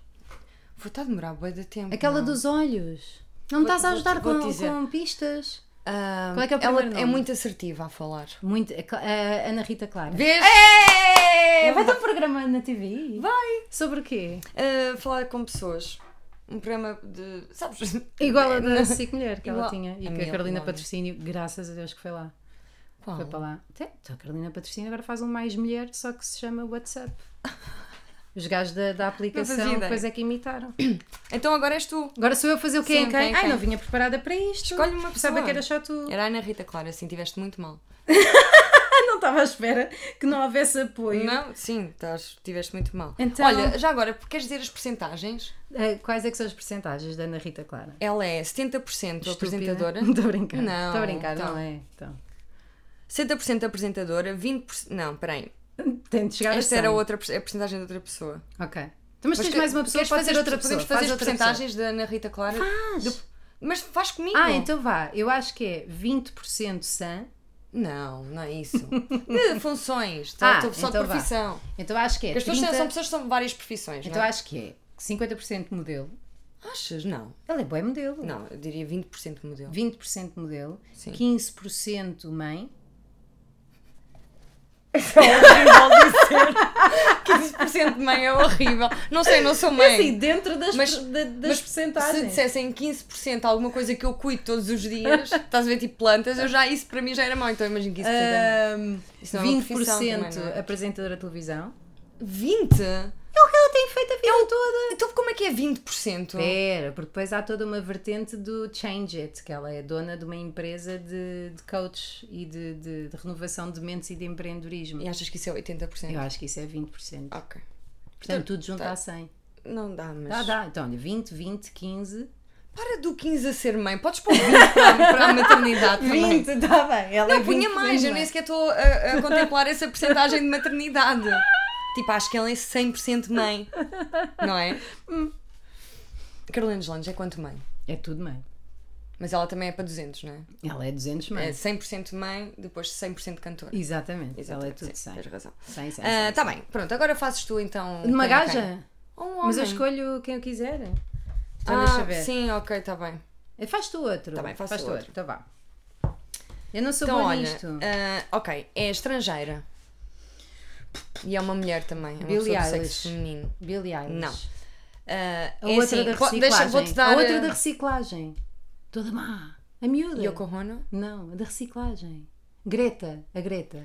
Vou estar a demorar bué de tempo.
Aquela
não. é?
dos olhos. Não me
Vou-
estás a
vou-
ajudar
vou-te
com,
dizer.
com pistas.
Ah,
Qual é que é o
ela
primeiro
é
nome?
muito assertiva a falar.
Muito. a Cla- a Ana Rita Clara.
Vês?
É, vai ter um programa na TV?
Vai!
Sobre o quê?
Ah, falar com pessoas. Um programa de. Sabes?
Igual a da
É, Não.
Cic Mulher que ela
Igual- Oh.
tinha. E que
A
a
minha,
Carolina
provavelmente.
Patrocínio, graças a Deus que foi lá.
Qual?
Foi para lá. Até, então a Carolina Patrocínio agora faz um mais mulher, só que se chama WhatsApp. Os gajos da, da aplicação
ideia.
depois é que imitaram.
Então agora és tu.
Agora sou eu a fazer o quê em
Sim,
quem?
quem,
Ai,
quem?
não vinha preparada para isto.
Escolhe uma
Pensava
pessoa.
que era só tu.
Era a Ana Rita, claro, assim, tiveste muito mal.
Ah, não estava à espera que não houvesse apoio.
Não? Sim, estás, tiveste muito mal.
Então-
Olha, já agora, queres dizer as percentagens?
Ah, Quais é que são as percentagens da Ana Rita Clara?
Ela é 70%
Estúpida?
apresentadora,
Estou a brincar.
Não,
Estou a brincar,
então.
não é? Então.
70% apresentadora, 20%. Não, peraí.
Tem de chegar a
Esta era
100.
outra, per- a porcentagem de outra pessoa.
Ok. Então, mas, tens
que-
mais uma pessoa,
queres
pode ser
fazer-
outra pessoa.
podemos
faz
fazer as
outra
porcentagens da Ana Rita Clara?
Faz.
Do- Mas faz comigo.
pessoa. Ah, então vá. Eu acho que é 20% sã.
Não, não é isso. De funções, tá?
Ah,
Tô só
então
de
vá.
profissão.
Então acho que é
Porque As pessoas
30...
são- são pessoas que são de várias profissões,
Então
não é?
acho que é 50% modelo.
Achas? Não.
Ela é boa modelo.
Não, eu diria 20% modelo.
20% modelo.
Sim.
15% mãe.
Isso é horrível dizer. 15% de mãe é horrível. Não sei, não sou mãe.
Assim, dentro das,
Mas-
da- das
mas Se
percentagens.
dissessem 15% alguma coisa que eu cuido todos os dias, estás a ver, tipo plantas, eu já, isso para mim já era mau, então imagino que isso seja.
Ahm,
Isso não é uma
20%
profissão também, não é?
apresentadora de televisão.
20%?
Ela tem feito a vida toda.
Então como é que é 20%?
Pera, porque depois há toda uma vertente do Change It, que ela é dona de uma empresa de, de coach e de, de- de renovação de mentes e de empreendedorismo.
E achas que isso é 80%?
Eu acho que isso é 20%.
Ok.
Portanto, tudo junto
tá.
a 100.
Não dá, mas.
Dá, dá. Então, olha, 20, 20, 15.
Para do 15 a ser mãe, podes pôr 20 para, para a maternidade também.
está bem. Ela
Eu punha mais, eu nem sequer estou a, a contemplar essa porcentagem de maternidade. Tipo, acho que ela é 100% mãe, não é?
Hum.
Carolina de Lange é quanto mãe?
É tudo mãe.
Mas ela também é para 200, não é?
Ela é 200 mãe.
É 100% mãe, depois 100% cantora.
Exatamente. Ela é
Exatamente,
tudo
sim,
100.
Tens razão.
100, 100,
Ah, tá bem, pronto, agora fazes tu então.
De uma
quem é quem?
gaja?
Ou Um homem.
Mas eu escolho quem eu quiser. Então
Ah,
deixa ver.
Sim, ok, está bem.
Eh, Faz tu outro.
Tá bem, faço
Faz tu
outro.
outro. Então vá. Eu não sou
Então,
boa
olha,
nisto.
ah, ok, é estrangeira. E é uma mulher também, é uma
Billie
pessoa do
Eilish.
sexo feminino.
Billie Eilish.
não. Ah,
A
é
outra
assim,
da
po-
reciclagem.
deixa- vou-te dar. ah, eh,
A outra da reciclagem. Toda má. A miúda.
Yoko Ono?
Não, a da reciclagem. Greta. A Greta.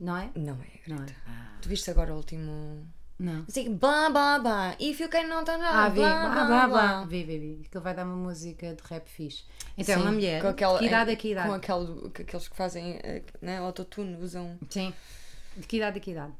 Não é?
Não é.
Não é? Ah,
Tu viste agora o último.
não.
Assim, blá blá blá. If you cannot turn around,
Ah, vi.
blá,
Blá, blá, blá. Vi, vi, vi. Que ele vai dar uma música de rap fixe. Então, é
Sim,
uma mulher.
com aquela-
Que idade é que idade?
Com aquele, com aqueles que fazem eh, né, autotune, usam.
Sim. De que idade, de que idade?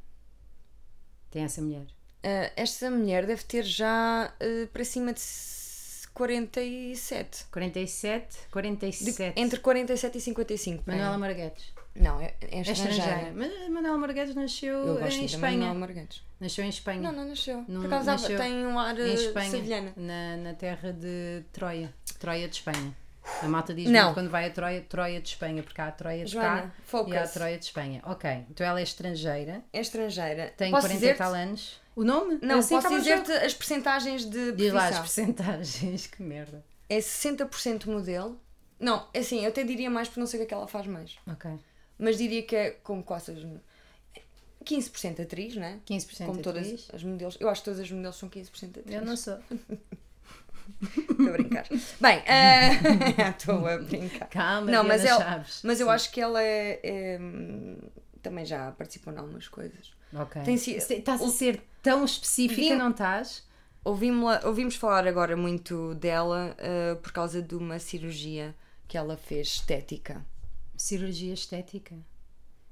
Tem essa mulher.
Eh, esta mulher deve ter já eh, para cima de s- 47.
47, 47.
Entre 47 e é. 55. por aí.
Manuela Marguetes.
Não, é, é
É
estrangeira.
estrangeira. Mas a Manuela Marguetes
Eu
nasceu em
gosto muito da Manuela
Espanha.
Marguedes.
Nasceu em Espanha.
Não, não nasceu.
Não
Por acaso
nasceu.
há- tem um ar
Em
eh,
Espanha.
sevilhana.
Na, na terra de Troia. Troia de Espanha. A malta diz
Não.
muito quando vai a Troia, Troia de Espanha, porque há a Troia de
Joana,
cá
focus.
e há a Troia de Espanha. Ok, então ela é estrangeira,
É estrangeira.
tem
posso
40 e
dizer
tal anos. O nome?
Não,
Assim
posso
acaba o jogo.
dizer-te as percentagens de
Diz lá as
profissão.
percentagens, que merda.
É 60% modelo. Não, é assim, eu até diria mais porque não sei o que é que ela faz mais.
Ok,
Mas diria que é como quase as- 15% atriz, né?
15%
Como
atriz.
todas as modelos. Eu acho que todas as modelos são 15% atriz.
Eu não sou.
Estou a brincar. Bem, eh, estou a brincar.
Calma,
Não, mas,
Diana
ela,
Chaves.
mas eu acho que ela é, é, hum, também já participou em algumas coisas.
Ok.
Tem si-
Se- Estás a ser tão específica,
Vim-
não estás?
Ouvimos, ouvimos falar agora muito dela eh, por causa de uma cirurgia que ela fez estética.
Cirurgia estética.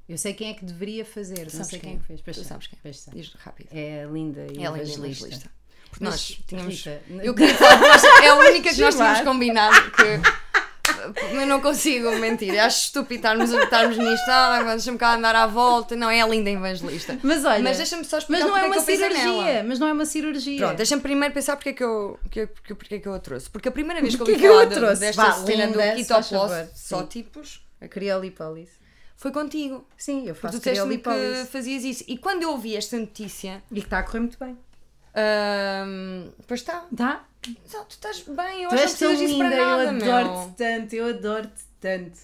Eu sei quem é que deveria fazer, não
sabes
sei quem é
quem é.
que fez. Pois
Tu
sei,
sabes quem é.
pois sei.
Diz rápido.
É a linda e
Ela é
evangelista.
evangelista. Porque
Mas,
nós tínhamos.
Rita,
Eu queria falar que nós- é a única que nós tínhamos
Jurar.
combinado que. Eu não consigo mentir, acho estúpido estarmos, estarmos nisto, ah, deixa-me cá andar à volta. Não, é a linda evangelista.
Mas olha,
Mas deixa-me só
mas
explicar
não
porque
é
que
uma
eu pensei nela.
cirurgia, mas não é uma cirurgia.
Pronto, deixa-me primeiro pensar porque é que eu, que, eu- que, eu- porque é que eu a trouxe. Porque a primeira vez que eu
Porque
ouvi
é que eu
falar
a
de-
trouxe?
desta
Vá,
cena
linda,
do
se faz favor.
Kitoplos, só
Sim.
tipos,
a criolipólise.
foi contigo.
Sim, eu
Tu
faço
disseste-me que
criolipólise.
fazias isso. E quando eu ouvi esta notícia,
E que está a correr muito bem.
ahm, pois está,
Tá?
Só, tu estás bem, eu
Tu
acho
és
que não
tão
precisas disso
linda,
para nada,
eu
meu.
adoro-te tanto, eu adoro-te tanto.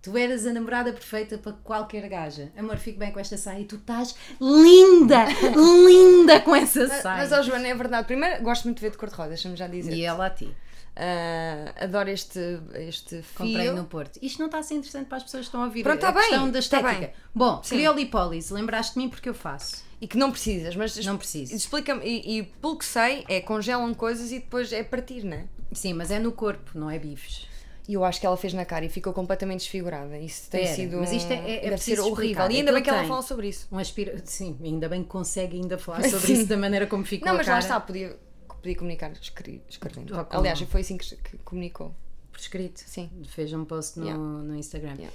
Tu eras a namorada perfeita para qualquer gaja. Amor, fico bem com esta saia e tu estás linda, linda com essa
Mas,
saia.
mas, ó Joana, é verdade. Primeiro, gosto muito de ver de cor-de-rosa, deixa-me já dizer.
E ela a ti.
Ah, adoro este, este fio.
Comprei no Porto. Isto não está a ser interessante para as pessoas que estão a ouvir.
Pronto,
a
está bem,
questão da
está
estética.
bem.
Bom, criolipólise, lembraste de mim porque eu faço.
E que não precisas, mas...
Não preciso.
Explica-me, e, e pelo que sei, é congelam coisas e depois é partir, não é?
Sim, mas é no corpo, não é bifes.
E eu acho que ela fez na cara e ficou completamente desfigurada. Isso tem
Pera,
sido.
mas
um-
isto é- é- é
deve ser
preciso
horrível.
explicar.
E ainda bem
Aquilo
que ela
tem.
fala sobre isso.
Um aspira... Sim, ainda bem que consegue ainda falar sobre
Sim.
isso da maneira como ficou
não,
a
mas lá
cara.
está, podia, podia comunicar escre- escrevendo.
Ah, como
Aliás,
não?
foi assim que, que comunicou.
Por escrito.
Sim.
Fez um post no,
Yeah.
no Instagram.
Yeah.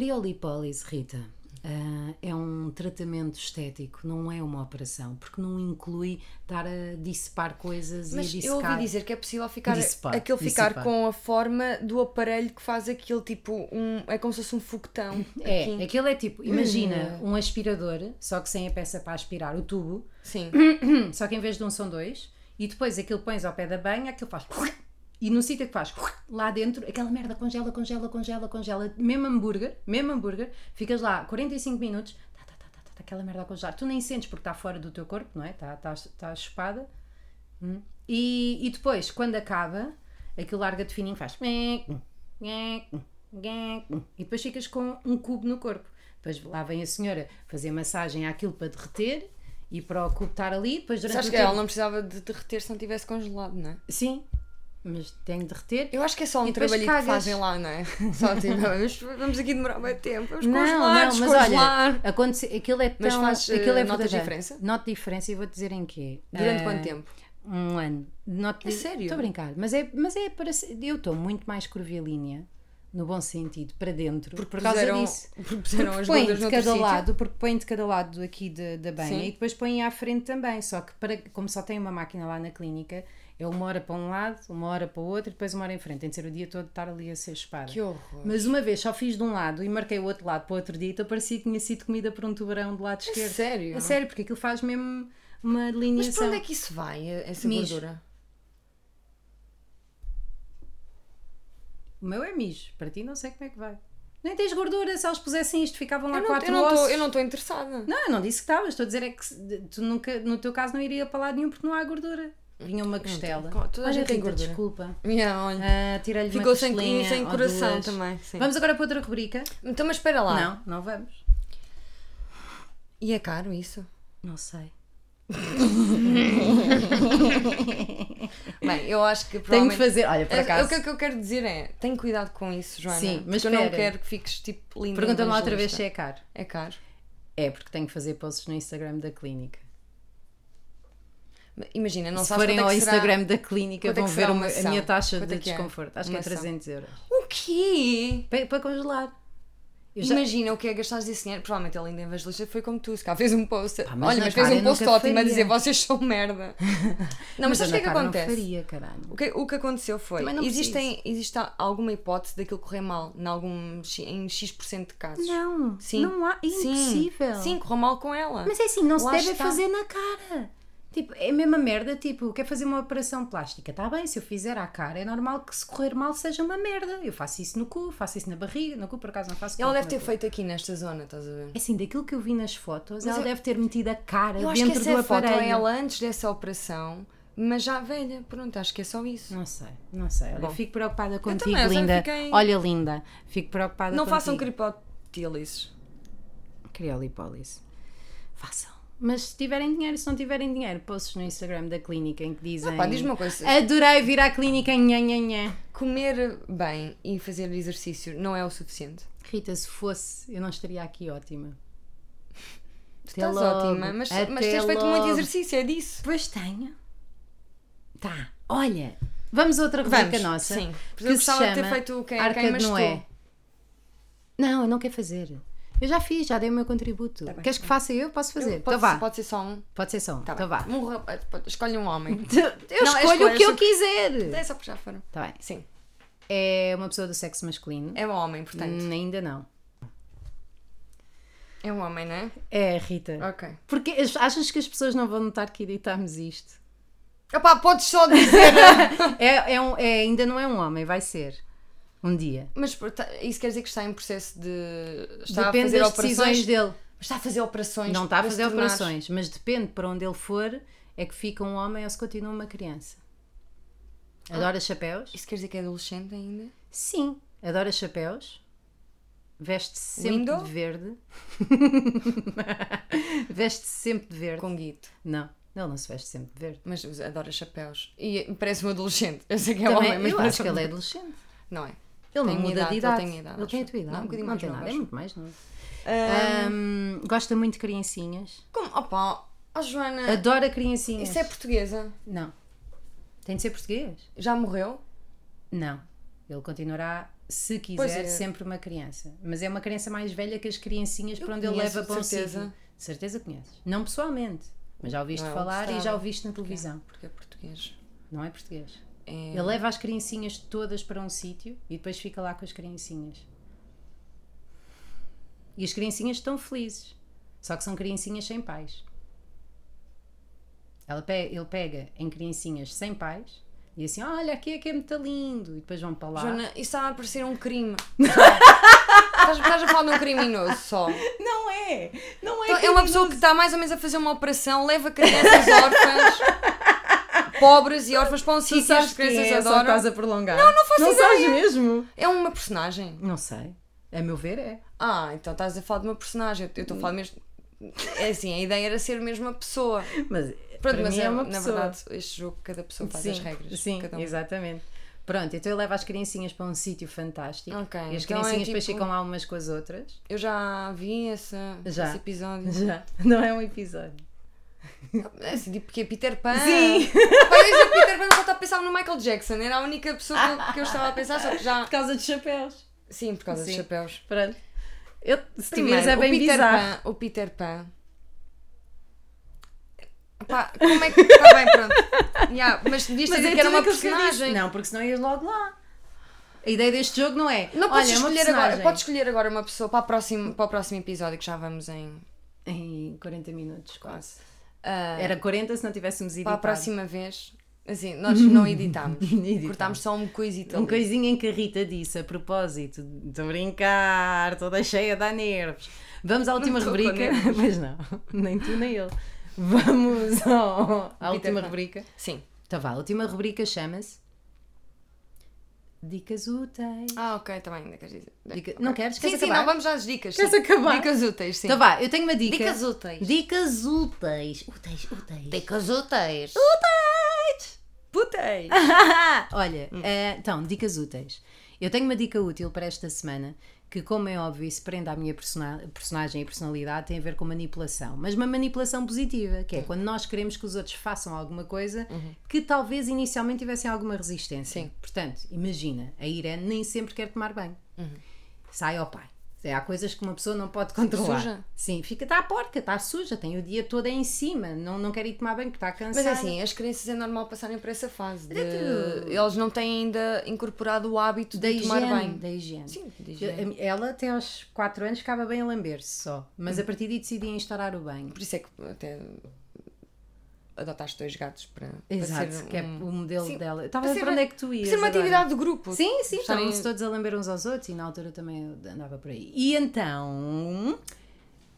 Criolipólise, Rita, ah, é um tratamento estético, não é uma operação, porque não inclui estar a dissipar coisas
Mas
e a
eu
dissecar.
ouvi dizer que é possível ficar
Dissipar,
aquele ficar
dissipar.
com a forma do aparelho que faz aquilo tipo um é como se fosse um foguetão.
É,
aqui.
aquilo é tipo, imagina um aspirador, só que sem a peça para aspirar, o tubo,
Sim.
só que em vez de um são dois, e depois aquilo pões ao pé da banha, aquilo faz. E no sítio que faz lá dentro, aquela merda congela, congela, congela, congela, mesmo hambúrguer, mesmo hambúrguer, ficas lá 45 minutos, tá, tá, tá, tá, está aquela merda a congelar. Tu nem sentes porque está fora do teu corpo, não é? Está, está, está chupada. Hum. E, e depois, quando acaba, aquilo larga-te fininho, faz. E depois ficas com um cubo no corpo. Depois lá vem a senhora fazer massagem àquilo para derreter e para o cubo estar ali. Depois durante
Sabes
o
que é ela
tempo-
não precisava de derreter se não tivesse congelado, não é?
Sim, mas tem de derreter.
Eu acho que é só um
E depois
trabalhinho que
cagas.
fazem lá, não é? Só tipo, vamos, vamos aqui demorar bem tempo, vamos
Não,
congelar,
não, mas olha,
descongelar.
acontece, aquilo é tão.
Mas faz,
aquilo
eh, notas
verdadeiro.
diferença?
Nota diferença e vou dizer em quê.
Durante
Eh,
quanto tempo?
Um ano. Not
É sério?
Estou a brincar. Mas é, mas é para. se- Eu estou muito mais curvilínea, no bom sentido, para dentro. por causa
puseram,
disso.
Porque puseram as
põe
bundas
de
no
cada
sítio.
lado, porque põe de cada lado aqui de- da banha
Sim.
e depois põe à frente também. Só que, para, como só tem uma máquina lá na clínica, é uma hora para um lado, uma hora para o outro e depois uma hora em frente. Tem de ser o dia todo de estar ali a ser espada.
Que horror.
Mas uma vez só fiz de um lado e marquei o outro lado para o outro dia e então parecia que tinha sido comida por um tubarão do lado esquerdo.
sério?
A sério, porque aquilo faz mesmo uma
Mas para
delineação.
onde é que isso vai, essa
Mijo.
gordura?
O meu é mijo, para ti não sei como é que vai. Nem tens gordura, se eles pusessem isto ficavam lá
Eu não-
quatro
eu não tô-
ossos.
eu não estou interessada.
Não, eu não disse que estavas, estou a dizer é que se- de- tu nunca, no teu caso não iria para lado nenhum porque não há gordura. Vinha uma costela.
co- então, toda a
Olha,
gente tem
Rita,
gordura.
desculpa.
Yeah, olha.
Ah, Tirei-lhe uma
Ficou sem-
costelinha
sem
ou
coração
duas.
também, sim.
Vamos agora para outra rubrica?
Então, mas espera lá.
Não, não vamos.
E é caro isso?
Não sei.
Bem, eu acho que
Tenho de
provavelmente...
fazer, olha, por
É, é
acaso.
O que, o que eu quero dizer é, tem cuidado com isso, Joana.
Sim, mas
porque eu não
espera.
quero que fiques tipo linda.
Pergunta-me lá outra vez se
evangelista.
é caro.
É caro.
É, porque tenho que fazer posts no Instagram da clínica.
Imagina, não
se
sabes
forem
quanto
ao
é que será-
Instagram da clínica
quanto é
vão
que
ver
será
uma-
uma
a
ação?
minha taxa
Quanto
de
é que é?
desconforto. Acho que
Uma
é
ação.
300 euros.
O quê?
Para, para congelar. Eu já-
Imagina o que é gastar esse dinheiro. Provavelmente a linda evangelista foi como tu, se calhar fez um post.
Ah, mas
Olha,
na
mas fez
cara
um
eu
post
nunca
ótimo a
faria.
dizer vocês são merda. Não, mas sabes o
eu na
que é que
cara Não
acontece?
faria, caralho.
O que, o que aconteceu foi,
Também não
existem, existe alguma hipótese daquilo correr mal em, algum, X- em X% de casos?
Não,
Sim.
não há, é
Sim.
impossível.
Sim, correu mal com ela.
Mas é assim, não se
Lá
deve
está.
fazer na cara. Tipo, é a mesma merda, tipo, quer fazer uma operação plástica, está bem, se eu fizer à cara, é normal que se correr mal seja uma merda. Eu faço isso no cu, faço isso na barriga, no cu por acaso não faço.
Ela
tanto
deve
no
ter
cu.
feito aqui nesta zona, estás a ver?
É Assim, daquilo que eu vi nas fotos,
Mas
ela
eu-
deve ter metido a cara
Eu acho que
dentro
essa
do
é a foto
aparelho.
é ela antes dessa operação, mas já velha. Pronto, acho que é só isso.
Não sei, não sei. Olha,
Bom.
fico preocupada contigo,
também, eu já
linda.
fiquei-
Olha, linda, fico preocupada
Não
contigo.
façam cripotílices.
Criolipólise. Façam. Mas se tiverem dinheiro, se não tiverem dinheiro, posts no Instagram da clínica em que dizem.
pá, diz-me uma
É
coisa.
Adorei vir à clínica nha, nha, nha.
Comer bem e fazer exercício não é o suficiente.
Rita, se fosse, eu não estaria aqui ótima.
Tu
Até
estás
logo.
ótima, mas, mas
Até
tens feito muito
logo.
exercício, é disso.
Pois tenho. Tá, olha. Vamos a outra rubrica
Vamos,
nossa.
sim. Porque
Que
eu
se
gostava de ter
chama
feito o Quem-
Arca
Quem
de
Mas
Noé.
Tu.
Não, eu não quero fazer. Eu já fiz, já dei o meu contributo.
Tá
Queres que faça eu? Posso fazer. então
Pode,
vá.
ser, pode ser só um.
Pode ser só um.
Tá
então
bem.
vá.
Um rapaz, pode- escolhe um homem.
Eu
Não,
escolho o que eu
escolhe-
quiser.
É só porque já foram.
Tá bem.
Sim,
É uma pessoa do sexo masculino.
é um homem, portanto.
Hum, ainda não.
É um homem, não é?
É, Rita.
Ok.
Porque as- achas que as pessoas não vão notar que editámos isto?
Opá, podes só dizer.
É, é um- é- ainda não é um homem, vai ser. Um dia.
mas porta- isso quer dizer que está em processo de. Está
Depende
a fazer
das
operações.
decisões dele.
Mas está a fazer operações.
Não está a
para se
fazer
tornar-
operações, mas depende para onde ele for, é que fica um homem ou se continua uma criança.
Ah.
Adora chapéus?
Isso quer dizer que é adolescente ainda?
Sim. Adora chapéus? Veste-se sempre
Window?
de verde. veste-se sempre de verde.
Com guito.
Não, ele não se veste sempre de verde.
Mas usa- adora chapéus. E parece um adolescente. Eu sei que é
Também,
homem, mas
eu
parece
acho que
um-
ele é adolescente.
Não é?
Ele não
Tem
muda
idade,
de
ele
idade.
tem idade,
Ele tem a
acho.
tua idade.
Não, um
não
bocadinho mais
tem
novo,
nada, é
acho.
muito mais novo. Hum, gosta muito de criancinhas.
Como? Opa, ó Joana.
Adora criancinhas.
Ah. Isso é portuguesa.
Não. Tem de ser português?
Já morreu?
Não. Ele continuará, se
Pois
quiser,
é.
sempre uma criança. Mas é uma criança mais velha que as criancinhas para onde ele
conheço,
leva
de
para um
certeza.
sítio. De certeza conheces. Não pessoalmente, mas já ouviste
Não,
falar e
gostava.
já ouviste na televisão.
Porque é português.
Não é português.
É-
Ele leva as criancinhas todas para um sítio e depois fica lá com as criancinhas. E as criancinhas estão felizes. Só que são criancinhas sem pais. Ela pe- ele pega em criancinhas sem pais, E assim, olha, aqui é que é muito lindo. E depois vão para lá.
Joana, isso está a parecer um crime. Estás estás a falar de um criminoso só.
Não é! Não é!
Então, é uma pessoa que está mais ou menos a fazer uma operação, leva crianças órfãs, pobres e órfãs para um
Tu
sítio que as
sabes quem é,
crianças
só
adoram.
estás a prolongar. Não,
não faço
Não sabes
ideia.
mesmo?
É uma personagem.
Não sei. A meu ver é.
Ah, então estás a falar de uma personagem. Eu estou a falar mesmo. É assim, a ideia era ser mesmo uma pessoa.
Mas,
Pronto,
para
mas
mim
é,
é uma
na
pessoa.
verdade, este jogo, cada pessoa faz
sim,
as regras.
Sim,
cada um.
exatamente. Pronto, então eu levo as criancinhas para um sítio fantástico.
Ok,
E as
então é
criancinhas depois
tipo-
ficam lá umas com as outras.
Eu já vi esse,
Já.
esse episódio.
Já. Não é um episódio.
É Assim, tipo que é Peter Pan.
Sim.
Quando eu dizia Peter Pan, só estava a pensar no Michael Jackson. Era a única pessoa que eu, que eu estava a pensar, só que já.
Por causa dos chapéus.
Sim, por causa dos
Sim.
chapéus.
Pronto. Eu, se
Primeiro,
tiveres é bem
o Peter
bizarro.
Pan. O Peter Pan. Pá, como é que. Está bem, pronto. Yeah, mas devias ter
Mas
dito
é
que era
tudo
uma
aquilo que eu disse.
personagem.
Não, porque senão ias logo lá. A ideia deste jogo não é.
Não
olha,
podes
é uma
escolher
personagem.
agora. Podes escolher agora uma pessoa para, a próxima, para o próximo episódio que já vamos em.
Em 40 minutos, quase.
ah,
Era 40 se não tivéssemos editado.
para a próxima vez. Assim, nós não editámos.
Editámos.
Cortámos só um coisito.
Um
ali.
coisinha em que a Rita disse, a propósito, estou a brincar, toda cheia de nervos. Vamos à última
estou com
rubrica. Mas não, nem tu nem eu. Vamos ao- à
Peter
última
Pan.
rubrica.
Sim.
Então vá, a última rubrica chama-se Dicas úteis.
Ah, ok, está bem, ainda queres dizer.
Dica-
Ok.
Não queres?
Sim,
Queres
sim,
acabar?
não, vamos às dicas.
Queres
sim.
acabar?
Dicas úteis, sim.
Então vá, eu tenho uma dica.
Dicas úteis.
Dicas úteis. Úteis, úteis.
Dicas úteis.
Úteis!
Puteis.
Olha,
Hum.
eh, então, dicas úteis. Eu tenho uma dica útil para esta semana, que, como é óbvio, se prende à minha persona- personagem e personalidade, tem a ver com manipulação. Mas uma manipulação positiva, que é quando nós queremos que os outros façam alguma coisa que talvez inicialmente tivessem alguma resistência.
Uhum. Sim.
Portanto, imagina, a Irene nem sempre quer tomar banho.
Uhum.
Sai ao pai. É, Há coisas que uma pessoa não pode controlar.
Suja.
Sim, fica, está à porca, está suja, tem o dia todo aí em cima, não, não quer ir tomar banho, que está cansada.
Mas é assim, as crianças é normal passarem por essa fase. De...
tudo.
Eles não têm ainda incorporado o hábito
da
de tomar
higiene,
banho.
Da higiene.
Sim, da
Eu-
higiene.
a mi- Ela até aos 4 anos ficava bem a lamber-se só, mas a
Hum.
partir daí decidia instaurar o banho.
Por isso é que até adotaste dois gatos para, para
Exato,
ser
que é
um-
o modelo
Sim,
dela. Estava
para
a
ser
ver para onde é que tu
para
ias.
ser uma
agora.
atividade de grupo.
Sim, sim, então,
Estarem-
estavam-se todos a lamber uns aos outros e na altura também eu andava por aí. E então,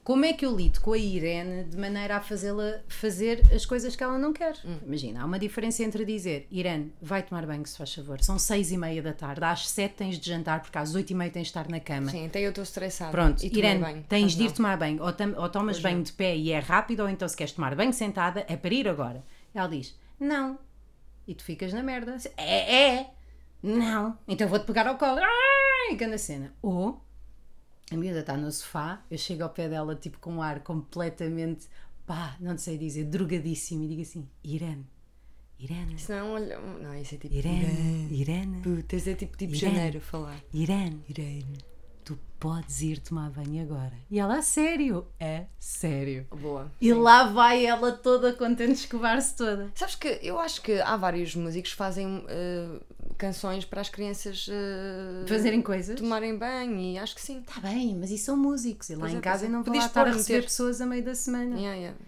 como é que eu lido com a Irene de maneira a fazê-la fazer as coisas que ela não quer?
Hum.
Imagina, há uma diferença entre dizer Irene, vai tomar banho se faz favor, são seis e meia da tarde, às sete tens de jantar porque às oito e meia tens de estar na cama.
Sim, até eu estou estressada.
Pronto,
e tomei
Irene,
banho.
tens
Ah,
de ir
não.
tomar banho, ou, tam- ou tomas banho de pé e é rápido, ou então se queres tomar banho sentada, é para ir agora. Ela diz, não. E tu ficas na merda. É, é. Não. Então vou-te pegar ao colo. Ai, grande cena. Ou, a miúda está no sofá, eu chego ao pé dela, tipo, com um ar completamente, pá, não sei dizer, drogadíssimo, e digo assim, Irene, Irene,
Senão, olha. Não, isso é tipo.
Irene, Irene,
Putas, é tipo, tipo
Irene.
janeiro falar.
Irene, Irene, tu podes ir tomar banho agora. E ela, a sério? É sério.
Boa.
E lá vai ela toda contente de escovar-se toda.
Sabes que eu acho que há vários músicos que fazem eh, canções para as crianças eh,
Fazerem coisas. Ah.
tomarem banho e acho que sim.
Está bem, mas isso são músicos. E lá
Pois é,
em casa
pois é.
eu não vou
Podias
lá estar a
pôr
receber
meter.
pessoas a meio da semana.
Yeah, yeah.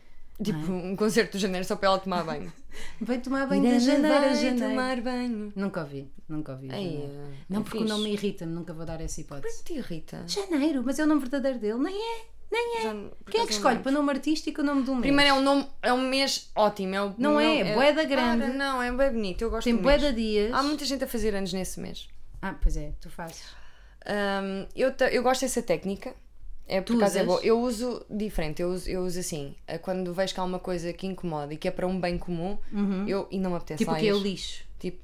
Tipo, um concerto de janeiro só para ela tomar banho.
Vai tomar Ah, é? banho
Irene
de janeiro a
vai
janeiro.
tomar banho.
Nunca ouvi, nunca ouvi.
Ai,
janeiro.
eh,
não,
é
porque
fixe.
o nome irrita-me, nunca vou dar essa hipótese.
Te irrita.
Janeiro, mas é o nome verdadeiro dele, nem é, nem é.
Já não- por
Quem é
acaso
que
não
escolhe
lembro.
para nome artístico o nome de um mês?
Primeiro é um nome, é um mês ótimo. É o,
Não é, bué da grande.
Para, não, é bem bonito, eu gosto
Tem
do
bué
mês.
de dias.
Há muita gente a fazer anos nesse mês.
Ah, pois é, tu fazes.
Hum, eu, te- eu gosto dessa técnica. É por
Tu
acaso é
usas?
boa. Eu uso diferente, eu uso, eu uso assim. eh, Quando vejo que há uma coisa que incomoda e que é para um bem comum, eu e não me apetece
Tipo
lá
que é
ir.
o lixo.
Tipo,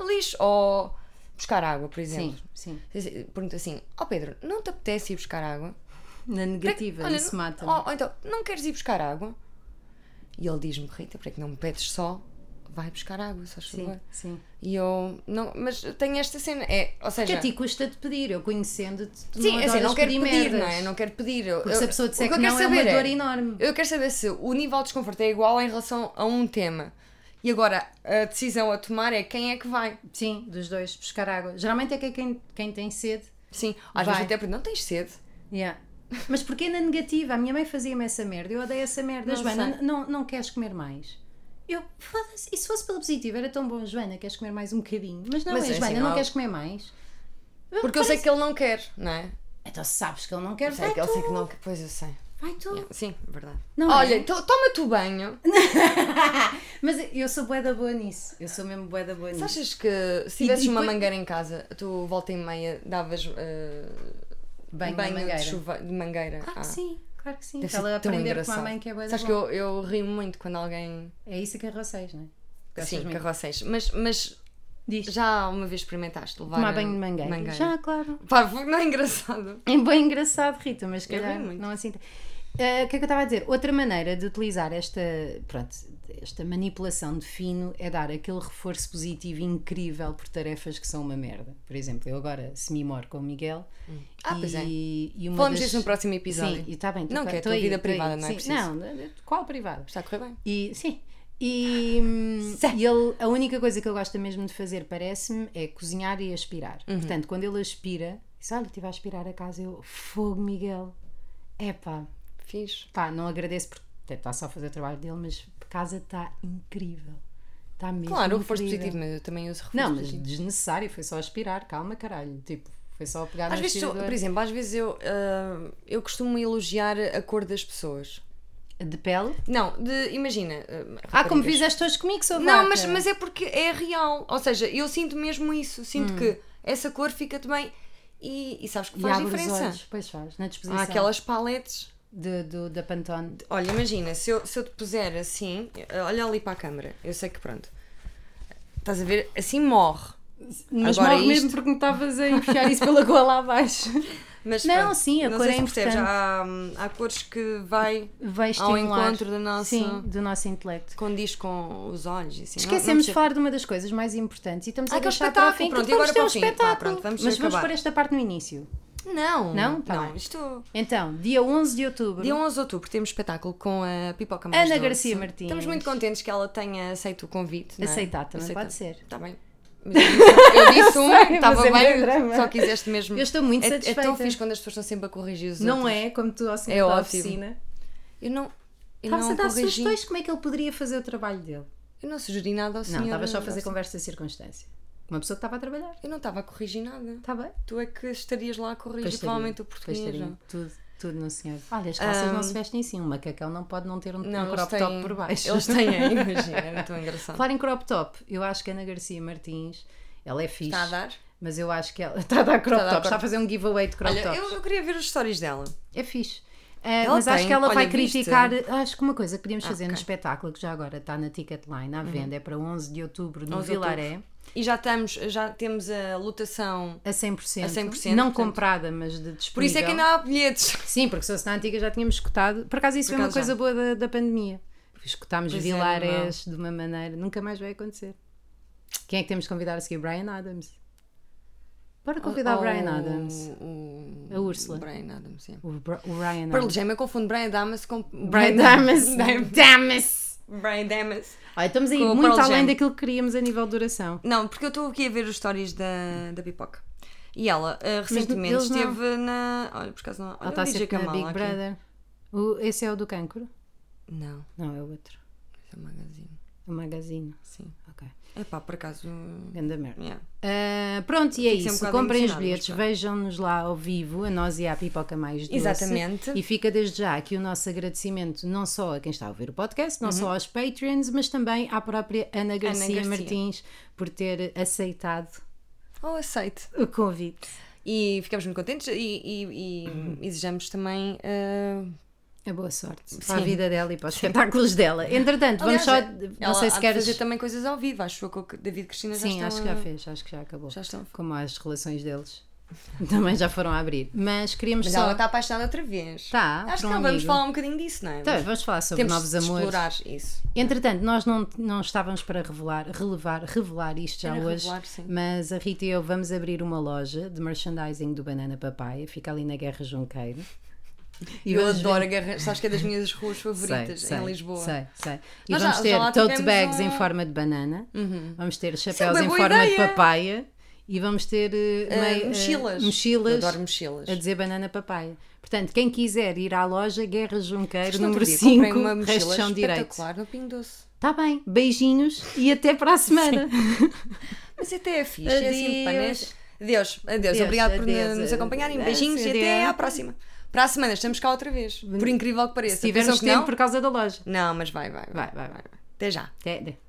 lixo ou buscar água, por exemplo.
Sim, sim.
Pergunto assim, ó Pedro, não te apetece ir buscar água?
Na negativa,
Olha,
isso
não-
mata.
Ou, ou então, não queres ir buscar água? E ele diz-me, Rita, para que não me pedes só? Vai buscar água, só
Sim,
chover.
sim.
E eu, não, mas tenho esta cena, é, ou
Que
seja,
a ti custa de pedir, eu conhecendo-te, tipo, tu
Sim,
não
assim,
adoras
não quero pedir,
merdas.
não é? Eu não quero pedir. Eu,
Porque se a pessoa disser
o eu
que
quero
não, é uma
saber
dor enorme.
Eu quero saber se o nível de desconforto é igual em relação a um tema. E agora, a decisão a tomar é quem é que vai.
Sim, dos dois, buscar água. Geralmente é que é quem, quem tem sede.
Sim, às
Vai.
vezes até porque não tens sede.
Yeah. Mas porquê na negativa? A minha mãe fazia-me essa merda, eu odeio essa merda.
Não
Joana,
sei.
não, não queres comer mais? Eu, foda-se, e se fosse pela positiva, era tão bom, Joana, queres comer mais um bocadinho? Mas não,
Mas
é,
é assim,
Joana,
não
não
há-
queres comer mais?
Porque eu sei que ele não quer, não é?
Então se sabes que ele não quer,
Sei
vai
que, eu
tu.
sei que não quer. Pois eu sei.
Vai tu.
Sim, verdade.
Não
Olha,
é?
to- toma tu banho.
Mas eu sou bué da boa nisso. Eu sou mesmo bué da boa
Se
nisso.
achas que se tivesses
E depois-
uma mangueira em casa, tu volta e meia davas eh,
Bem,
banho
na mangueira.
de chuva de mangueira?
Claro
Ah,
que sim, claro que sim.
Deve
Para ela
ser tão
aprender com a
engraçado.
mãe que é bué da
Sabes que
boa.
eu, eu rio muito quando alguém.
É isso que arroceis, não é? Gostas
Sim,
muito?
carroceis. Mas, mas
Diz.
já uma vez experimentaste levar.
Tomar
eh,
banho de mangueira. Já, claro.
Pá, não é engraçado.
É bem engraçado, Rita, mas se
Eu ri
calhar
muito.
não assim. tanto. Ah, o que é que eu estava a dizer? Outra maneira de utilizar esta, pronto, esta manipulação de fino é dar aquele reforço positivo incrível por tarefas que são uma merda. Por exemplo, eu agora semi-moro com o Miguel
Ah, pois é.
e, e uma
Falamos
das...
disso no próximo episódio.
Sim, e está bem. tô-
Não, que é a
tô
tua
aí,
vida
tô aí.
privada, não é
Sim,
preciso.
Não, qual privada?
Está a correr bem.
E sim. E, hum,
Sim.
e ele, a única coisa que ele gosta mesmo de fazer, parece-me, é cozinhar e aspirar. Portanto, quando ele aspira, diz: Olha, estive a aspirar a casa, eu, fogo, Miguel. É pá,
Fiz.
pá, não agradeço porque até está só a fazer o trabalho dele, mas a casa está incrível. Está mesmo.
Claro, o reforço
incrível.
positivo, mas eu também uso reforço
Não, mas
positivo.
desnecessário, foi só aspirar, calma, caralho. Tipo, foi só pegar
Às
no
vezes, sou-
aspirador.
por exemplo, às vezes eu, ah, eu costumo elogiar a cor das pessoas.
De pele.
Não, de, imagina. eh,
Ah, como
fiz
fizeste hoje comigo, sou
Não, mas, mas é porque é real. Ou seja, eu sinto mesmo isso. Sinto que essa cor fica-te bem e, e sabes que
Hum. E
faz
abre os olhos. Ah,
diferença.
Pois faz, na disposição.
Há aquelas paletes.
de- do- da Pantone.
Olha, imagina, se eu, se eu te puser assim, eh, olha ali para a câmara, eu sei que pronto. Estás a ver? Assim morre.
Mas
Agora
morre mesmo
isto-
porque me estavas a enfiar isso pela goela abaixo.
Mas
Não,
pronto,
sim, a
não
cor
sei
é
se percebes.
importante.
Há, hum, há cores que vai,
Vai
Ao
estimular.
encontro do nosso-
Sim, do nosso intelecto.
condiz com os olhos e assim. Não- não
Esquecemos de
percebo.
falar de uma das coisas mais importantes e estamos
Ah,
a
que é o
deixar para o
espetáculo,
fim.
pronto,
porque
e agora
vamos ter um
para o fim. Pá,
espetáculo.
pronto, vamos
Mas vamos
acabar.
pôr esta parte no início.
Não,
Não? Tá
não.
bem.
Isto.
Então, dia 11 de outubro.
Dia 11 de outubro temos espetáculo com a Pipoca Mais
Ana
Doce.
Garcia Martins.
Estamos muito contentes que ela tenha aceito o convite. não é?
Aceitar também
Aceitado.
pode ser.
Está bem. Mas eu disse, eu disse um,
sei,
estava
mas é meu
bem,
drama.
só quiseste mesmo.
Eu estou muito
é,
satisfeita.
É tão fixe quando as pessoas estão sempre a corrigir os
Não
outros.
é como tu ao senhor
É
da
ótimo.
oficina.
Eu não. Eu
Estavas
não
a dar
corrigi.
sugestões de como é que ele poderia fazer o trabalho dele.
Eu não sugeri nada ao senhor.
Não, estavas só a fazer
Jorge.
conversa de circunstância. Uma pessoa que estava a trabalhar.
Eu não estava a corrigir nada.
Está bem?
Tu é que estarias lá a corrigir
Pois estaria,
provavelmente o
pois
português.
estaria.
não? é? hum,
Tudo, tudo no senhor. Olha, as calças não se vestem assim. Um macacão não pode não ter um,
Não,
um
eles
crop
têm.
top por baixo.
Eles têm, é, imagina, era tão engraçado.
Falar em crop top, eu acho que a Ana Garcia Martins, ela é fixe.
Está a dar?
Mas eu acho que ela está a dar crop
Está a dar
tops. Está a
crop-
fazer um giveaway de crop
Olha,
tops.
eu, eu queria ver as histórias dela.
É fixe. Ah, mas acho
tem.
que ela
Olha,
vai
viste? Ah,
criticar. Acho que uma coisa que podíamos fazer no
ok.
espetáculo, que já agora está na Ticketline à venda, é para 11 de outubro no
11 de outubro.
Vilaré,
E já estamos, já temos a lotação.
a 100%.
A 100%,
não
portanto.
comprada, mas de disponível.
Por isso é que ainda há bilhetes.
Sim, porque se fosse na antiga já tínhamos escutado. Por acaso isso
Por
foi uma coisa
acaso
boa da, da pandemia. Porque Escutámos
Pois é,
Vilarés de uma maneira, nunca mais vai acontecer. Quem é que temos de convidar a seguir? Brian Adams. Bora
Oh,
convidar o Brian
Ou-
Adams.
O,
A Úrsula.
o Brian Adams, sim.
O, Bra- o Ryan
oh. Pearl
Adams.
Jam, eu confundo Brian Adams com
Brian Adams.
Dam-
Damas.
Brian Adams.
Olha, estamos aí
Com o
muito
Pearl
além
Jam.
daquilo que queríamos a nível de duração.
Não, porque eu estou aqui a ver as histórias da, da Pipoca. E ela ah, recentemente
eles não-
esteve na. Olha, por acaso não. Olha,
Ela está
o
a
DJ
ser na
Kamal
Big
aqui.
Brother. O- esse é o do cancro?
Não,
Não, é o outro.
esse é o magazine.
O magazine.
Sim.
Ok.
É pá, por acaso.
Ganda merda.
yeah.
Ah, pronto, e é
Fico sempre um
isso.
bocado
Comprem os
emocionada,
bilhetes,
mas pronto.
vejam-nos lá ao vivo, a nós e à Pipoca Mais Doce.
Exatamente.
E fica desde já aqui o nosso agradecimento não só a quem está a ouvir o podcast, não só aos Patreons, mas também à própria Ana Garcia,
Uhum. Garcia.
Martins por ter aceitado
Oh, aceite.
o convite.
E ficamos muito contentes e, e- e
Uhum.
desejamos também. ah,
A boa sorte para a
Sim.
vida dela e para os espetáculos dela. Entretanto, vamos
Aliás, é,
só. Não
ela
sei se
há de
queres.
fazer também coisas ao vivo, acho eu que o David Cristina já
Sim,
estão
acho que já
a-
fez, acho que já acabou.
Já estão.
Como as relações deles também já foram a abrir. Mas queríamos
Mas
só.
ela está apaixonada outra vez.
Tá,
Acho
por
que
um
não vamos
amigo.
falar um bocadinho disso, não é?
Tá, vamos falar sobre
Temos
novos
de
amores.
explorar né? isso.
Entretanto, nós não, não estávamos para revelar, relevar, revelar isto já
Era
hoje,
revelar, sim.
mas a Rita e eu vamos abrir uma loja de merchandising do Banana Papaya, fica ali na Guerra Junqueiro. E
eu
vamos
adoro
ver-
a Guerra. Sabes que é das minhas ruas favoritas
Sei, sei,
em Lisboa.
Sei, sei. E
Nós já-
vamos
já
ter
lá
tote
tivemos
bags
um- é
em forma de banana, vamos ter chapéus
uma
em
boa
forma de
ideia.
papaya E vamos ter eh,
Ah,
meio- eh,
mochilas. Eu
mochilas
adoro mochilas.
a dizer banana papaya. Portanto, quem quiser ir à loja Guerra Junqueiro,
Mas no outro
número
dia comprei
5,
uma mochila
resto são direitos.
espetacular no Pingo Doce.
Está Tá bem, beijinhos e até para a semana.
Mas até é fixe, é assim,
Adeus.
panas. Adeus, adeus,
Adeus,
obrigado por
adeus,
nos acompanharem.
adeus,
Beijinhos e até
adeus.
à próxima. Para a semana estamos cá outra vez, por incrível que pareça.
Se tivermos
Pensam que
tempo
não?
por causa da loja.
Não, mas vai, vai, vai.
Vai, vai, vai.
Até já.
Até.